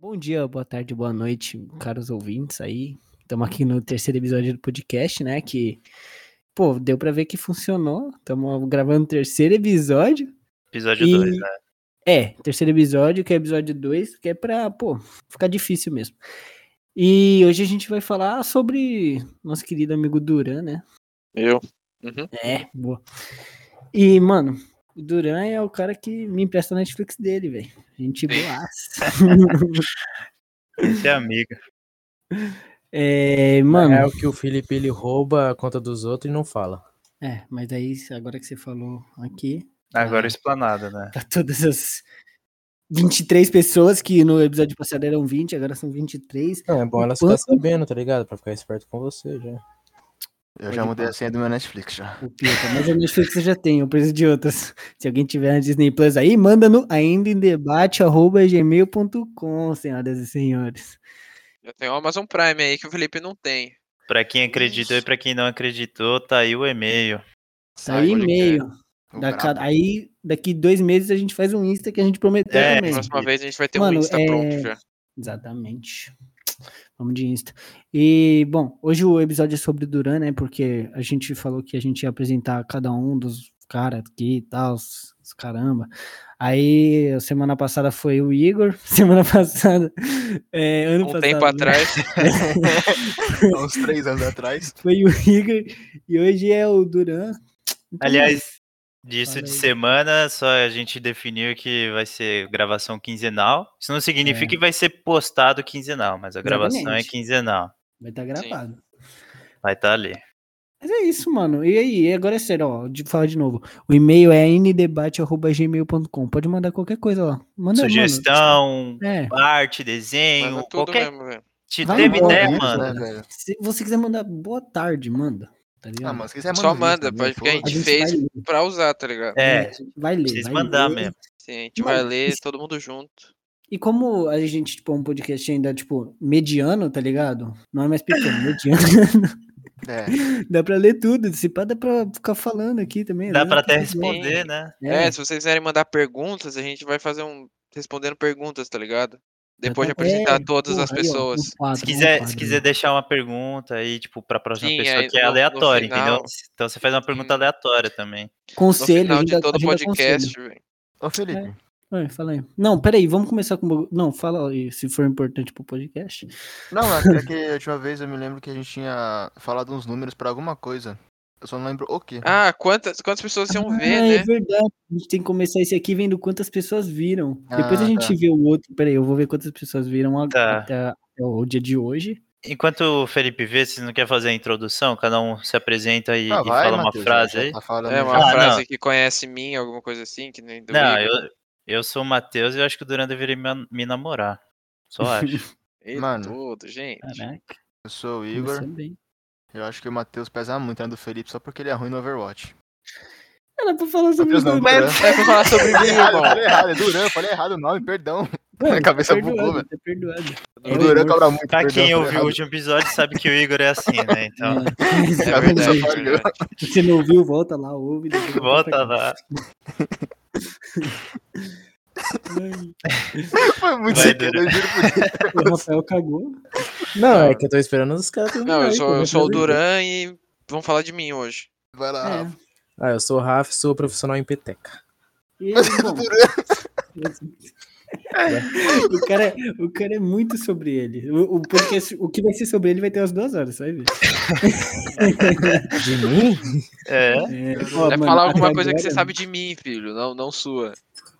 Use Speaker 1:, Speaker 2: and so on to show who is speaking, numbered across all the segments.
Speaker 1: Bom dia, boa tarde, boa noite, caros ouvintes aí. Estamos aqui no terceiro episódio do podcast, né? Que, pô, deu pra ver que funcionou. Estamos gravando o terceiro episódio.
Speaker 2: Episódio
Speaker 1: E-
Speaker 2: 2, né?
Speaker 1: É, terceiro episódio, que é episódio 2, que é pra, pô, ficar difícil mesmo. E hoje a gente vai falar sobre nosso querido amigo Duran, né?
Speaker 2: Eu.
Speaker 1: É, boa. E, mano, o Duran é o cara que me empresta a Netflix dele, velho. Gente boa.
Speaker 2: Esse é amigo.
Speaker 1: É,
Speaker 3: Mano.
Speaker 1: mano,
Speaker 3: É o que o Felipe ele rouba a conta dos outros e não fala.
Speaker 1: É, mas daí, agora que você falou aqui, Ah.
Speaker 2: Agora esplanada, né?
Speaker 1: pra todas as 23 pessoas que no episódio passado eram 20, agora são 23.
Speaker 3: Não, é bom ela
Speaker 1: Enquanto-
Speaker 3: ficar sabendo, tá ligado? Pra ficar esperto com você já.
Speaker 4: Eu já
Speaker 1: Pode
Speaker 4: mudei
Speaker 1: pá.
Speaker 4: a senha do meu Netflix já.
Speaker 1: O Pieta, mas a Netflix eu já tenho, eu preciso de outras. Se alguém tiver na Disney Plus aí, manda no ainda em gmail.com, senhoras e senhores. Tá
Speaker 5: Eu tenho o Amazon Prime aí que o Felipe não tem.
Speaker 2: Pra quem acreditou e pra quem não acreditou, tá aí o e-mail.
Speaker 1: Tá aí
Speaker 4: pode
Speaker 1: e-mail.
Speaker 4: crer. O
Speaker 1: Da
Speaker 4: brabo.
Speaker 1: cada- Aí, daqui dois meses, a gente faz um Insta que a gente prometeu
Speaker 2: É,
Speaker 1: também.
Speaker 5: Próxima vez a gente vai ter
Speaker 1: Mano,
Speaker 5: um Insta
Speaker 1: é-
Speaker 5: pronto já.
Speaker 1: Exatamente. Vamos de Insta. E, bom, hoje o episódio é sobre o Duran, né? Porque a gente falou que a gente ia apresentar cada um dos caras aqui e tal, os, os caramba. Aí, a semana passada foi o Igor, semana passada. é, ano
Speaker 5: Um
Speaker 1: passado,
Speaker 5: tempo
Speaker 1: né,
Speaker 5: atrás,
Speaker 4: Há uns três anos atrás.
Speaker 1: Foi o Igor e hoje é o Duran. Então,
Speaker 2: Aliás, disso
Speaker 1: Fala
Speaker 2: de
Speaker 1: aí.
Speaker 2: semana, só a gente definiu que vai ser gravação quinzenal. Isso não significa que vai ser postado quinzenal, mas a
Speaker 1: É.
Speaker 2: gravação
Speaker 1: Exatamente.
Speaker 2: é quinzenal.
Speaker 1: vai estar gravado.
Speaker 2: Vai estar ali.
Speaker 1: Mas é isso, mano. E aí, e agora é sério, ó, de falar de novo. O e-mail é ndebate.gmail.com. Pode mandar qualquer coisa lá. Manda, mano.
Speaker 2: Sugestão,
Speaker 1: É.
Speaker 2: arte, desenho,
Speaker 1: um
Speaker 5: manda é tudo
Speaker 2: qualquer.
Speaker 5: mesmo, velho.
Speaker 2: Te
Speaker 4: Tá
Speaker 1: Vai
Speaker 2: teve
Speaker 1: embora,
Speaker 2: ideia,
Speaker 1: né,
Speaker 2: mano.
Speaker 1: mano?
Speaker 4: velho?
Speaker 1: Se você quiser mandar boa tarde, manda. Tá ligado?
Speaker 4: Ah, mano, se quiser, manda.
Speaker 5: Só
Speaker 4: um link
Speaker 5: manda,
Speaker 4: também,
Speaker 5: pode
Speaker 4: pô.
Speaker 5: ficar aí.
Speaker 1: a gente
Speaker 5: fez.
Speaker 1: vai ler.
Speaker 5: Pra usar, tá ligado?
Speaker 2: É,
Speaker 1: a gente vai ler.
Speaker 2: vocês
Speaker 1: vai
Speaker 2: mandar
Speaker 1: ler.
Speaker 2: mesmo.
Speaker 5: Sim, a gente
Speaker 1: Mano,
Speaker 5: vai ler
Speaker 1: isso-
Speaker 5: todo mundo junto.
Speaker 1: E como a gente, tipo, é um podcast ainda, tipo, mediano, tá ligado? Não é mais pequeno, mediano.
Speaker 4: É,
Speaker 1: dá pra ler tudo. Se pá, dá pra ficar falando aqui também.
Speaker 2: Dá
Speaker 1: né?
Speaker 2: pra até
Speaker 5: bom.
Speaker 2: responder, né?
Speaker 5: É.
Speaker 1: É,
Speaker 5: se vocês quiserem mandar perguntas, a gente vai fazer um. respondendo perguntas, tá ligado? Depois de
Speaker 1: tá-
Speaker 5: apresentar
Speaker 1: é,
Speaker 5: todas as
Speaker 1: porra, aí, ó,
Speaker 5: pessoas.
Speaker 1: um quadro,
Speaker 2: Se
Speaker 1: um
Speaker 2: quiser,
Speaker 1: quadro.
Speaker 2: se quiser deixar uma pergunta aí, tipo, pra próxima
Speaker 5: Sim,
Speaker 2: pessoa
Speaker 5: aí
Speaker 2: que é
Speaker 5: no- no
Speaker 2: aleatória, entendeu?
Speaker 5: final- Uhum.
Speaker 2: Então você faz uma pergunta aleatória também.
Speaker 5: No
Speaker 1: é Conselho,
Speaker 5: final de
Speaker 1: agenda-
Speaker 5: todo
Speaker 1: agenda
Speaker 5: podcast, velho.
Speaker 4: Ô, Felipe.
Speaker 1: conselho. É, fala aí. Não, peraí, vamos começar com. o bagulho. Não, fala aí, se for importante pro podcast.
Speaker 4: Não, até que a última vez eu me lembro que a gente tinha falado uns números pra alguma coisa. Eu só não lembro o quê.
Speaker 5: Ah, quantas, quantas pessoas iam ver,
Speaker 1: Ah, É
Speaker 5: né?
Speaker 1: verdade. A gente tem que começar esse aqui vendo quantas pessoas viram. Depois a
Speaker 4: Ah,
Speaker 1: gente
Speaker 4: tá.
Speaker 1: vê o outro. Peraí, eu vou ver quantas pessoas viram a-
Speaker 2: Tá.
Speaker 1: até, até o dia de hoje.
Speaker 2: Enquanto o Felipe vê, vocês não querem fazer a introdução? Cada um se apresenta e,
Speaker 4: Ah,
Speaker 2: e fala uma
Speaker 4: Matheus, já-
Speaker 2: frase
Speaker 4: já
Speaker 2: aí?
Speaker 4: Tá falando
Speaker 5: É
Speaker 4: já.
Speaker 5: uma
Speaker 2: Ah,
Speaker 5: frase que conhece mim, alguma coisa assim, que nem do
Speaker 2: Não,
Speaker 5: Igor.
Speaker 2: eu, eu sou o Matheus e eu acho que o Duran deveria me, me namorar. Só acho.
Speaker 5: E
Speaker 4: Mano.
Speaker 5: tudo, gente.
Speaker 1: Caraca,
Speaker 4: Eu sou o
Speaker 1: começou
Speaker 4: Igor.
Speaker 1: bem.
Speaker 4: Eu acho que o Matheus pesa muito, né, do Felipe, só porque ele é ruim no Overwatch.
Speaker 1: Ela pra falar sobre
Speaker 4: Matheus não,
Speaker 1: tudo,
Speaker 4: Duran.
Speaker 5: É pra falar sobre mim,
Speaker 4: Falei errado, eu
Speaker 5: irmão.
Speaker 4: falei errado, é Duran, eu falei errado o nome, perdão.
Speaker 1: mano,
Speaker 4: Minha cabeça
Speaker 1: tá
Speaker 4: bugou,
Speaker 1: perdoado,
Speaker 4: velho.
Speaker 1: Tá perdoado. É,
Speaker 4: O Duran
Speaker 1: Igor.
Speaker 4: cobra muito,
Speaker 2: Pra
Speaker 4: perdão,
Speaker 2: quem
Speaker 4: eu falei
Speaker 2: ouviu o
Speaker 4: errado.
Speaker 2: último episódio sabe que o Igor é assim, né? Então,
Speaker 1: É.
Speaker 4: Tá vendo
Speaker 5: É
Speaker 4: que só
Speaker 5: verdade,
Speaker 4: falhou?
Speaker 5: verdade.
Speaker 1: Se você não ouviu, volta lá, ouve. depois
Speaker 2: volta
Speaker 1: pra
Speaker 2: lá.
Speaker 1: cá.
Speaker 4: Foi muito
Speaker 2: Vai,
Speaker 4: sem querer, eu juro por Deus.
Speaker 1: O Rafael cagou.
Speaker 3: Não, é que eu tô esperando os caras. terminarem,
Speaker 5: Não, eu
Speaker 3: pô,
Speaker 5: sou, eu
Speaker 3: me
Speaker 5: sou o
Speaker 3: apresentar.
Speaker 5: Duran e vão falar de mim hoje.
Speaker 4: Vai lá,
Speaker 1: É.
Speaker 4: Rafa.
Speaker 3: Ah, eu sou o Rafa, sou profissional em peteca.
Speaker 1: E, bom, esse- o, cara, o cara é muito sobre ele. O, o, podcast- o que vai ser sobre ele vai ter umas duas horas, vai ver.
Speaker 3: De mim?
Speaker 2: É.
Speaker 1: É,
Speaker 5: É falar alguma coisa que você sabe de mim, filho, não, não sua.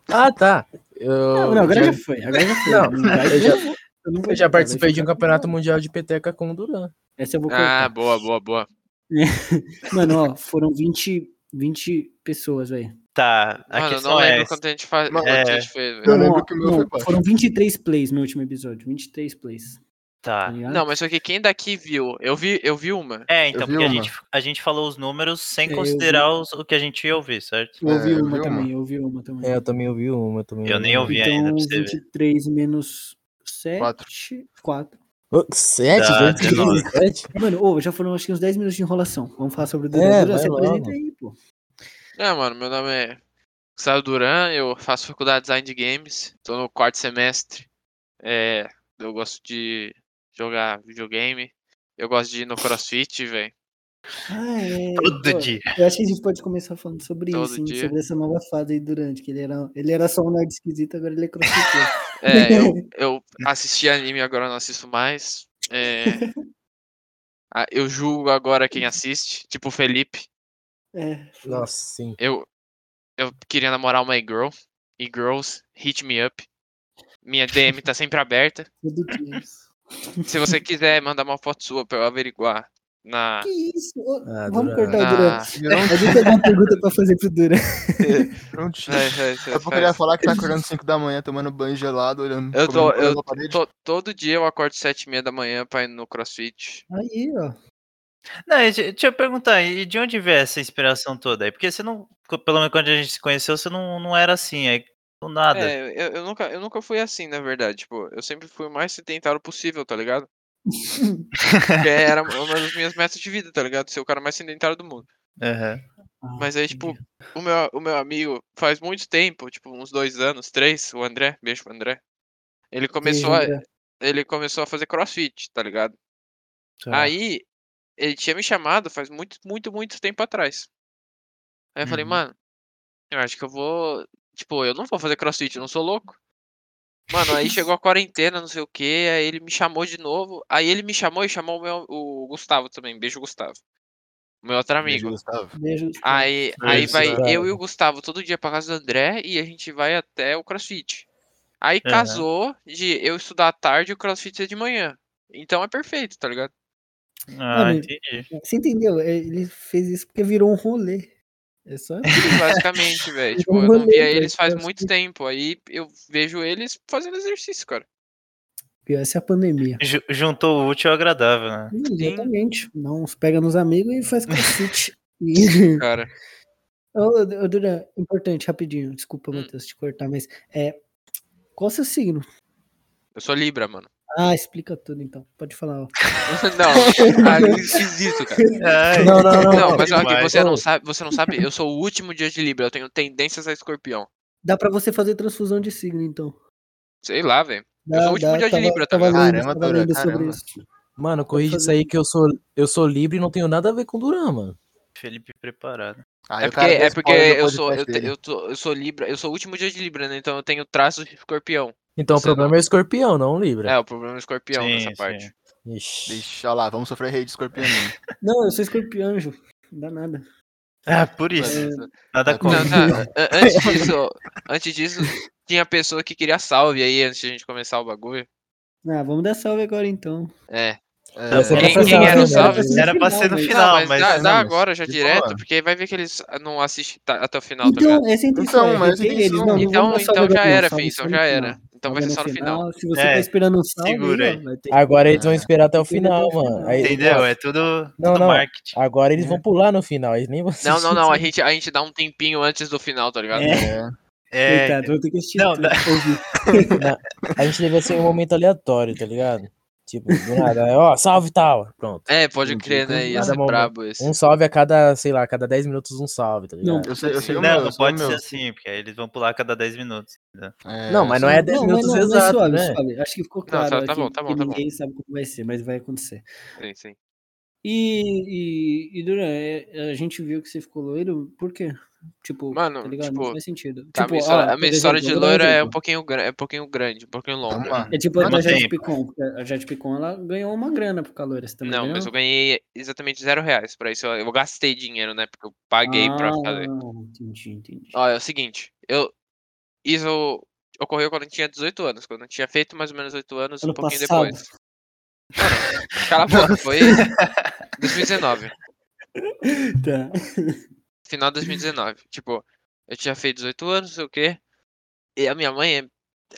Speaker 3: Ah, tá. Eu,
Speaker 1: Não, não, agora já
Speaker 3: já,
Speaker 1: foi. Agora já foi.
Speaker 3: Não,
Speaker 1: vai-
Speaker 3: eu já-
Speaker 1: eu não vou
Speaker 3: eu já
Speaker 1: cortar,
Speaker 3: participei de um
Speaker 1: vai ficar-
Speaker 3: campeonato mundial de peteca com o Duran.
Speaker 1: Essa eu vou cortar.
Speaker 5: Ah, boa, boa, boa.
Speaker 1: Mano, ó, foram 20, 20 pessoas, velho.
Speaker 2: Tá, a
Speaker 5: Mano, eu
Speaker 2: questão
Speaker 5: não
Speaker 2: é
Speaker 5: lembro
Speaker 2: essa.
Speaker 5: quanto a gente faz.
Speaker 4: Mano,
Speaker 5: quanto a
Speaker 2: é.
Speaker 5: gente fez, velho.
Speaker 4: Eu lembro
Speaker 1: Não,
Speaker 4: que o meu
Speaker 1: não,
Speaker 4: foi baixo.
Speaker 1: Foram 23 plays no último episódio. 23 plays. Tá
Speaker 2: Tá.
Speaker 1: ligado?
Speaker 5: Ah, Não, mas só que quem daqui viu? Eu vi, eu vi uma.
Speaker 2: É, então,
Speaker 4: Eu vi
Speaker 2: porque a
Speaker 4: uma.
Speaker 2: gente, a gente falou os números sem
Speaker 1: Eu
Speaker 2: considerar os- o que a gente ia ouvir, certo?
Speaker 1: Eu ouvi
Speaker 4: É, eu
Speaker 1: uma
Speaker 4: vi
Speaker 1: também, eu ouvi uma também.
Speaker 3: É, eu também ouvi uma. Também
Speaker 2: Eu nem ouvi
Speaker 1: então,
Speaker 2: ainda pra você ver.
Speaker 1: 23 menos 7.
Speaker 4: Quatro.
Speaker 1: 4.
Speaker 3: Oh, Sete?
Speaker 5: Ah,
Speaker 2: Dá,
Speaker 3: gente,
Speaker 2: de novo.
Speaker 3: sete?
Speaker 1: Mano, ô, já foram acho que uns 10 minutos de enrolação. Vamos falar sobre o Duran.
Speaker 3: É,
Speaker 1: Duran,
Speaker 3: vai
Speaker 1: se apresenta
Speaker 3: logo.
Speaker 1: aí, pô.
Speaker 5: Não, mano, meu nome é Gustavo Duran, eu faço faculdade de design de games, tô no quarto semestre. É, Eu gosto de jogar videogame. Eu gosto de ir no crossfit, velho.
Speaker 1: Ah, é.
Speaker 2: Todo
Speaker 1: pô,
Speaker 2: dia.
Speaker 1: Eu acho que a gente pode começar falando sobre
Speaker 5: Todo
Speaker 1: isso, hein,
Speaker 5: dia.
Speaker 1: sobre essa nova fase aí durante, que ele era, ele era só um nerd esquisito, agora ele é crossfiteiro.
Speaker 5: É, eu, eu assisti anime, agora não assisto mais. É, ah, eu julgo agora quem assiste, tipo o Felipe.
Speaker 1: É,
Speaker 3: Nossa, sim.
Speaker 5: Eu, eu queria namorar uma e-girl. E-girls, hit me up. Minha DM tá sempre aberta.
Speaker 1: todo dia isso.
Speaker 5: Se você quiser mandar uma foto sua pra eu averiguar na,
Speaker 1: Que isso? Ô,
Speaker 3: Ah,
Speaker 1: Vamos
Speaker 3: Duran.
Speaker 1: cortar o Duran.
Speaker 5: na,
Speaker 4: Virou um-
Speaker 1: A gente tem uma pergunta pra fazer pro Duran.
Speaker 4: virou um tiro.
Speaker 5: Vai, vai, vai,
Speaker 4: Daqui a pouco
Speaker 5: vai.
Speaker 4: ele ia falar que tá acordando 5 da manhã, tomando banho gelado, olhando
Speaker 5: Eu tô-
Speaker 4: comendo coisa
Speaker 5: eu
Speaker 4: na parede.
Speaker 5: To- todo dia eu acordo sete e meia da manhã pra ir no crossfit.
Speaker 1: Aí, ó.
Speaker 2: Não, e de- deixa eu perguntar, e de onde veio essa inspiração toda aí? Porque você não, co- pelo menos quando a gente se conheceu, você não, não era assim, aí do nada.
Speaker 5: É, eu, eu nunca, eu nunca fui assim, na verdade. Tipo, eu sempre fui o mais sedentário possível, tá ligado? Porque era uma das minhas metas de vida, tá ligado? Ser o cara mais sedentário do mundo.
Speaker 2: Aham.
Speaker 5: Mas aí, tipo, o meu, o meu amigo, faz muito tempo, tipo, uns dois anos, três, o André, beijo pro André. Ele começou, a, ele começou a fazer crossfit, tá ligado?
Speaker 2: Tá.
Speaker 5: Aí, ele tinha me chamado faz muito, muito, muito tempo atrás. Aí eu falei,
Speaker 2: Uhum.
Speaker 5: mano, eu acho que eu vou. Tipo, eu não vou fazer crossfit, eu não sou louco. Mano, aí chegou a quarentena, não sei o que, aí ele me chamou de novo. Aí ele me chamou e chamou o, meu, o Gustavo também, beijo Gustavo. Meu outro
Speaker 4: Beijo,
Speaker 5: amigo.
Speaker 4: Gustavo.
Speaker 1: Beijo.
Speaker 5: Aí, aí
Speaker 2: Beijo,
Speaker 5: vai
Speaker 3: Gustavo.
Speaker 5: eu e o Gustavo todo dia pra casa do André e a gente vai até o crossfit. Aí
Speaker 2: Aham.
Speaker 5: casou de eu estudar à tarde e o crossfit ser de manhã. Então é perfeito, tá ligado?
Speaker 2: Ah,
Speaker 1: Olha,
Speaker 2: entendi.
Speaker 1: Você entendeu? Ele fez isso porque virou um rolê. É só
Speaker 5: Basicamente, velho.
Speaker 1: Eu
Speaker 5: Tipo, eu
Speaker 1: vou
Speaker 5: não
Speaker 1: ler,
Speaker 5: via
Speaker 1: velho,
Speaker 5: eles faz
Speaker 1: eu
Speaker 5: muito
Speaker 1: sei.
Speaker 5: tempo. Aí eu vejo eles fazendo exercício, cara.
Speaker 1: pior, essa é a pandemia.
Speaker 2: Ju- juntou o útil ao agradável, né?
Speaker 1: Hum, Exatamente. Não se pega nos amigos e faz crossfit. E-
Speaker 5: Cara,
Speaker 1: Ô, ô, Duran, importante, rapidinho. Desculpa,
Speaker 5: Hum.
Speaker 1: Matheus, te cortar, mas é. Qual o seu signo?
Speaker 5: eu sou Libra, mano.
Speaker 1: Ah, explica tudo então. Pode falar. ó.
Speaker 5: não, ah, que esquisito, cara.
Speaker 2: Ai,
Speaker 3: É. Não, não, não.
Speaker 5: Não,
Speaker 2: ó,
Speaker 5: mas olha que
Speaker 2: Ah, demais.
Speaker 5: você não sabe, você não sabe, eu sou o último dia de Libra, eu tenho tendências a escorpião.
Speaker 1: Dá pra você fazer transfusão de signo, então.
Speaker 5: Sei lá, velho.
Speaker 1: Dá,
Speaker 5: sou o último dia de Libra, tá
Speaker 1: tava
Speaker 5: ligado?
Speaker 1: lendo,
Speaker 4: Caramba,
Speaker 1: tava
Speaker 4: Duran,
Speaker 1: lendo sobre
Speaker 4: caramba.
Speaker 1: isso.
Speaker 3: Mano, corrige
Speaker 1: fazer.
Speaker 3: isso aí que eu sou, eu sou livre e não tenho nada a ver com Duran, mano.
Speaker 2: Felipe preparado.
Speaker 4: Aí
Speaker 5: É
Speaker 4: o
Speaker 5: porque,
Speaker 4: cara deu
Speaker 5: é porque
Speaker 4: spoiler do
Speaker 5: eu sou, eu,
Speaker 4: podcast
Speaker 5: te-
Speaker 4: dele.
Speaker 5: eu, tô, eu sou Libra, eu sou o último dia de Libra, né? Então eu tenho traços de escorpião.
Speaker 3: Então o
Speaker 5: Você não-
Speaker 3: problema é o escorpião, não o Libra.
Speaker 5: É, o problema é o escorpião
Speaker 2: Sim,
Speaker 5: nessa
Speaker 2: sim.
Speaker 5: parte.
Speaker 3: Ixi.
Speaker 4: Deixa lá, vamos sofrer rei de escorpião.
Speaker 1: Não, eu sou escorpião, Ju. Não dá nada.
Speaker 2: Ah, por isso.
Speaker 1: É,
Speaker 2: Nada
Speaker 4: Não,
Speaker 5: Não,
Speaker 2: contra.
Speaker 5: não, a- antes disso, antes disso, tinha pessoa que queria salve aí antes de a gente começar o bagulho.
Speaker 1: Ah, vamos dar salve agora então.
Speaker 5: É.
Speaker 4: É,
Speaker 3: Essa
Speaker 5: quem-
Speaker 3: era pra
Speaker 5: quem
Speaker 3: ser
Speaker 5: era
Speaker 3: uma
Speaker 5: o salve?
Speaker 3: verdade, né?
Speaker 2: Era pra ser no
Speaker 1: mas-
Speaker 2: final.
Speaker 5: não, mas,
Speaker 2: mas- é,
Speaker 5: dá,
Speaker 2: não,
Speaker 5: dá
Speaker 4: mas
Speaker 5: agora já
Speaker 4: de
Speaker 5: direto,
Speaker 4: boa.
Speaker 5: porque aí vai ver que eles não assistem ta- até o final, tá ligado?
Speaker 1: Então, essa é a intenção.
Speaker 4: Então,
Speaker 1: é
Speaker 4: mas essa é a
Speaker 1: reter eles.
Speaker 4: intenção.
Speaker 1: Não, não
Speaker 5: Então,
Speaker 1: vamos dar
Speaker 5: então
Speaker 1: salve
Speaker 5: já
Speaker 1: agora, não,
Speaker 5: era,
Speaker 1: salve
Speaker 5: filho,
Speaker 1: só
Speaker 5: então
Speaker 1: no
Speaker 5: já
Speaker 1: final.
Speaker 5: era. Então vai
Speaker 1: Salve
Speaker 5: ser
Speaker 1: no
Speaker 5: só no final.
Speaker 1: Se você
Speaker 2: É,
Speaker 1: tá esperando um salve,
Speaker 2: segura
Speaker 1: ó,
Speaker 2: aí.
Speaker 1: vai ter-
Speaker 3: Agora eles vão
Speaker 4: É.
Speaker 3: esperar até o
Speaker 1: Tem que esperar até
Speaker 3: final,
Speaker 1: o
Speaker 3: mano.
Speaker 1: final.
Speaker 3: Aí-
Speaker 2: Entendeu? É tudo, tudo
Speaker 3: Não, não.
Speaker 2: marketing.
Speaker 3: Agora eles
Speaker 1: É.
Speaker 3: vão pular no final, eles nem vão
Speaker 5: Não, não,
Speaker 3: assistir
Speaker 5: não, a
Speaker 3: isso.
Speaker 5: gente, a gente dá um tempinho antes do final, tá ligado?
Speaker 1: É.
Speaker 4: é.
Speaker 2: É,
Speaker 1: Coitado, vou ter que assistir
Speaker 2: Não,
Speaker 1: tudo,
Speaker 2: dá-
Speaker 1: ouvir.
Speaker 3: A gente devia ser um momento aleatório, tá ligado? Tipo, do nada, é, ó, salve tal. Pronto.
Speaker 5: É, pode
Speaker 4: Entendi.
Speaker 5: crer, né? Ia
Speaker 3: Nada
Speaker 5: ser
Speaker 3: mal,
Speaker 5: brabo esse.
Speaker 3: Um salve a cada, sei lá, a cada 10 minutos um salve, tá ligado?
Speaker 4: Eu sei, eu sei o
Speaker 2: Não,
Speaker 4: meu. eu
Speaker 2: não
Speaker 4: sei o
Speaker 2: pode ser
Speaker 4: meu.
Speaker 2: assim, porque aí eles vão pular a cada 10 minutos. entendeu?
Speaker 4: É,
Speaker 3: Não, mas
Speaker 4: eu
Speaker 3: não é
Speaker 4: sei.
Speaker 3: 10
Speaker 1: Não, mas
Speaker 3: minutos
Speaker 1: não, mas
Speaker 3: exato,
Speaker 1: suave,
Speaker 3: né?
Speaker 1: suave. Acho que ficou
Speaker 5: tá-
Speaker 1: claro.
Speaker 5: tá
Speaker 1: aqui
Speaker 5: bom, tá bom,
Speaker 1: que
Speaker 5: tá bom.
Speaker 1: ninguém sabe como vai ser, mas vai acontecer.
Speaker 5: Sim, sim.
Speaker 1: E, e, e Duran, é- a gente viu que você ficou loiro, por quê? Tipo,
Speaker 5: Mano,
Speaker 1: tá ligado?
Speaker 5: tipo,
Speaker 1: Não faz sentido. tipo,
Speaker 5: Tá, a minha história,
Speaker 1: ó,
Speaker 5: a minha
Speaker 1: por
Speaker 5: história
Speaker 1: exemplo,
Speaker 5: de
Speaker 1: eu vou dar um
Speaker 5: loira é um
Speaker 1: exemplo.
Speaker 5: pouquinho, gra- é um pouquinho grande, um pouquinho
Speaker 4: Vamos
Speaker 5: longa.
Speaker 4: lá.
Speaker 1: É tipo a
Speaker 2: Mas
Speaker 1: da Jade
Speaker 2: tem.
Speaker 1: Picon. porque A Jade Picon, ela ganhou uma grana por caloura. Você também né?
Speaker 5: Não,
Speaker 1: ganhou?
Speaker 5: mas eu ganhei exatamente zero reais. Pra isso eu, eu gastei dinheiro, né? Porque eu paguei pra fazer.
Speaker 1: Ah, Entendi, entendi.
Speaker 5: Ó, é o seguinte, eu. Isso ocorreu quando eu tinha 18 anos, quando eu tinha feito mais ou menos 8 anos,
Speaker 1: Ano
Speaker 5: um pouquinho
Speaker 1: passado.
Speaker 5: depois. Cala a boca, foi 2019.
Speaker 1: Tá.
Speaker 5: Final de 2019. Tipo, eu tinha feito 18 anos, não sei o quê. E a minha mãe é,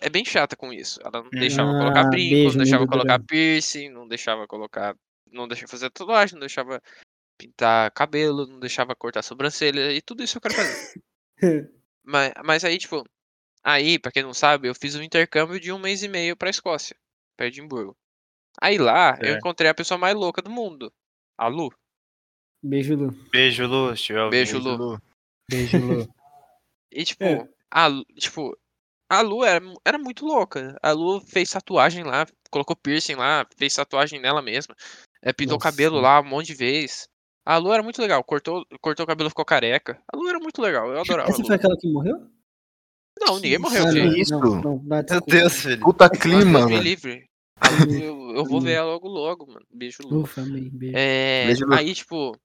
Speaker 5: é bem chata com isso. Ela não deixava eu
Speaker 1: Ah,
Speaker 5: colocar brinco,
Speaker 1: beijo,
Speaker 5: não deixava eu
Speaker 1: mundo
Speaker 5: colocar piercing, não deixava eu colocar. Não deixava eu fazer tatuagem, não deixava pintar cabelo, não deixava cortar sobrancelha, e tudo isso eu quero fazer. Mas, mas aí, tipo, aí, pra quem não sabe, eu fiz um intercâmbio de um mês e meio pra Escócia, pra Edimburgo. Aí lá, eu
Speaker 2: Certo.
Speaker 5: encontrei a pessoa mais louca do mundo, a Lu.
Speaker 1: Beijo, Lu.
Speaker 2: Beijo, Lu. se tiver ouvindo.
Speaker 5: Beijo, Lu.
Speaker 3: Beijo, Lu.
Speaker 5: E, tipo,
Speaker 1: É.
Speaker 5: a, Lu- tipo, a Lu era, mu- era muito louca. A Lu fez tatuagem lá, colocou piercing lá, fez tatuagem nela mesma. É, pintou o
Speaker 1: Nossa.
Speaker 5: cabelo lá um monte de vez. A Lu era muito legal, cortou, cortou o cabelo, ficou careca. A Lu era muito legal, eu adorava. a
Speaker 1: Essa
Speaker 5: Lu.
Speaker 1: foi aquela que morreu?
Speaker 5: Não, ninguém morreu,
Speaker 1: Ah,
Speaker 4: Que
Speaker 5: gente.
Speaker 1: não,
Speaker 4: isso?
Speaker 1: não, não, dá,
Speaker 2: Meu
Speaker 1: desculpa.
Speaker 2: Deus, filho.
Speaker 4: Puta
Speaker 5: Nossa,
Speaker 4: clima,
Speaker 1: né?
Speaker 5: Deus me
Speaker 4: velho.
Speaker 5: livre. A Lu, Eu, eu vou ver ela logo logo, mano. Beijo, Lu.
Speaker 1: Ufa, amei, beijo.
Speaker 5: É,
Speaker 4: Beijo, Lu.
Speaker 5: aí, tipo.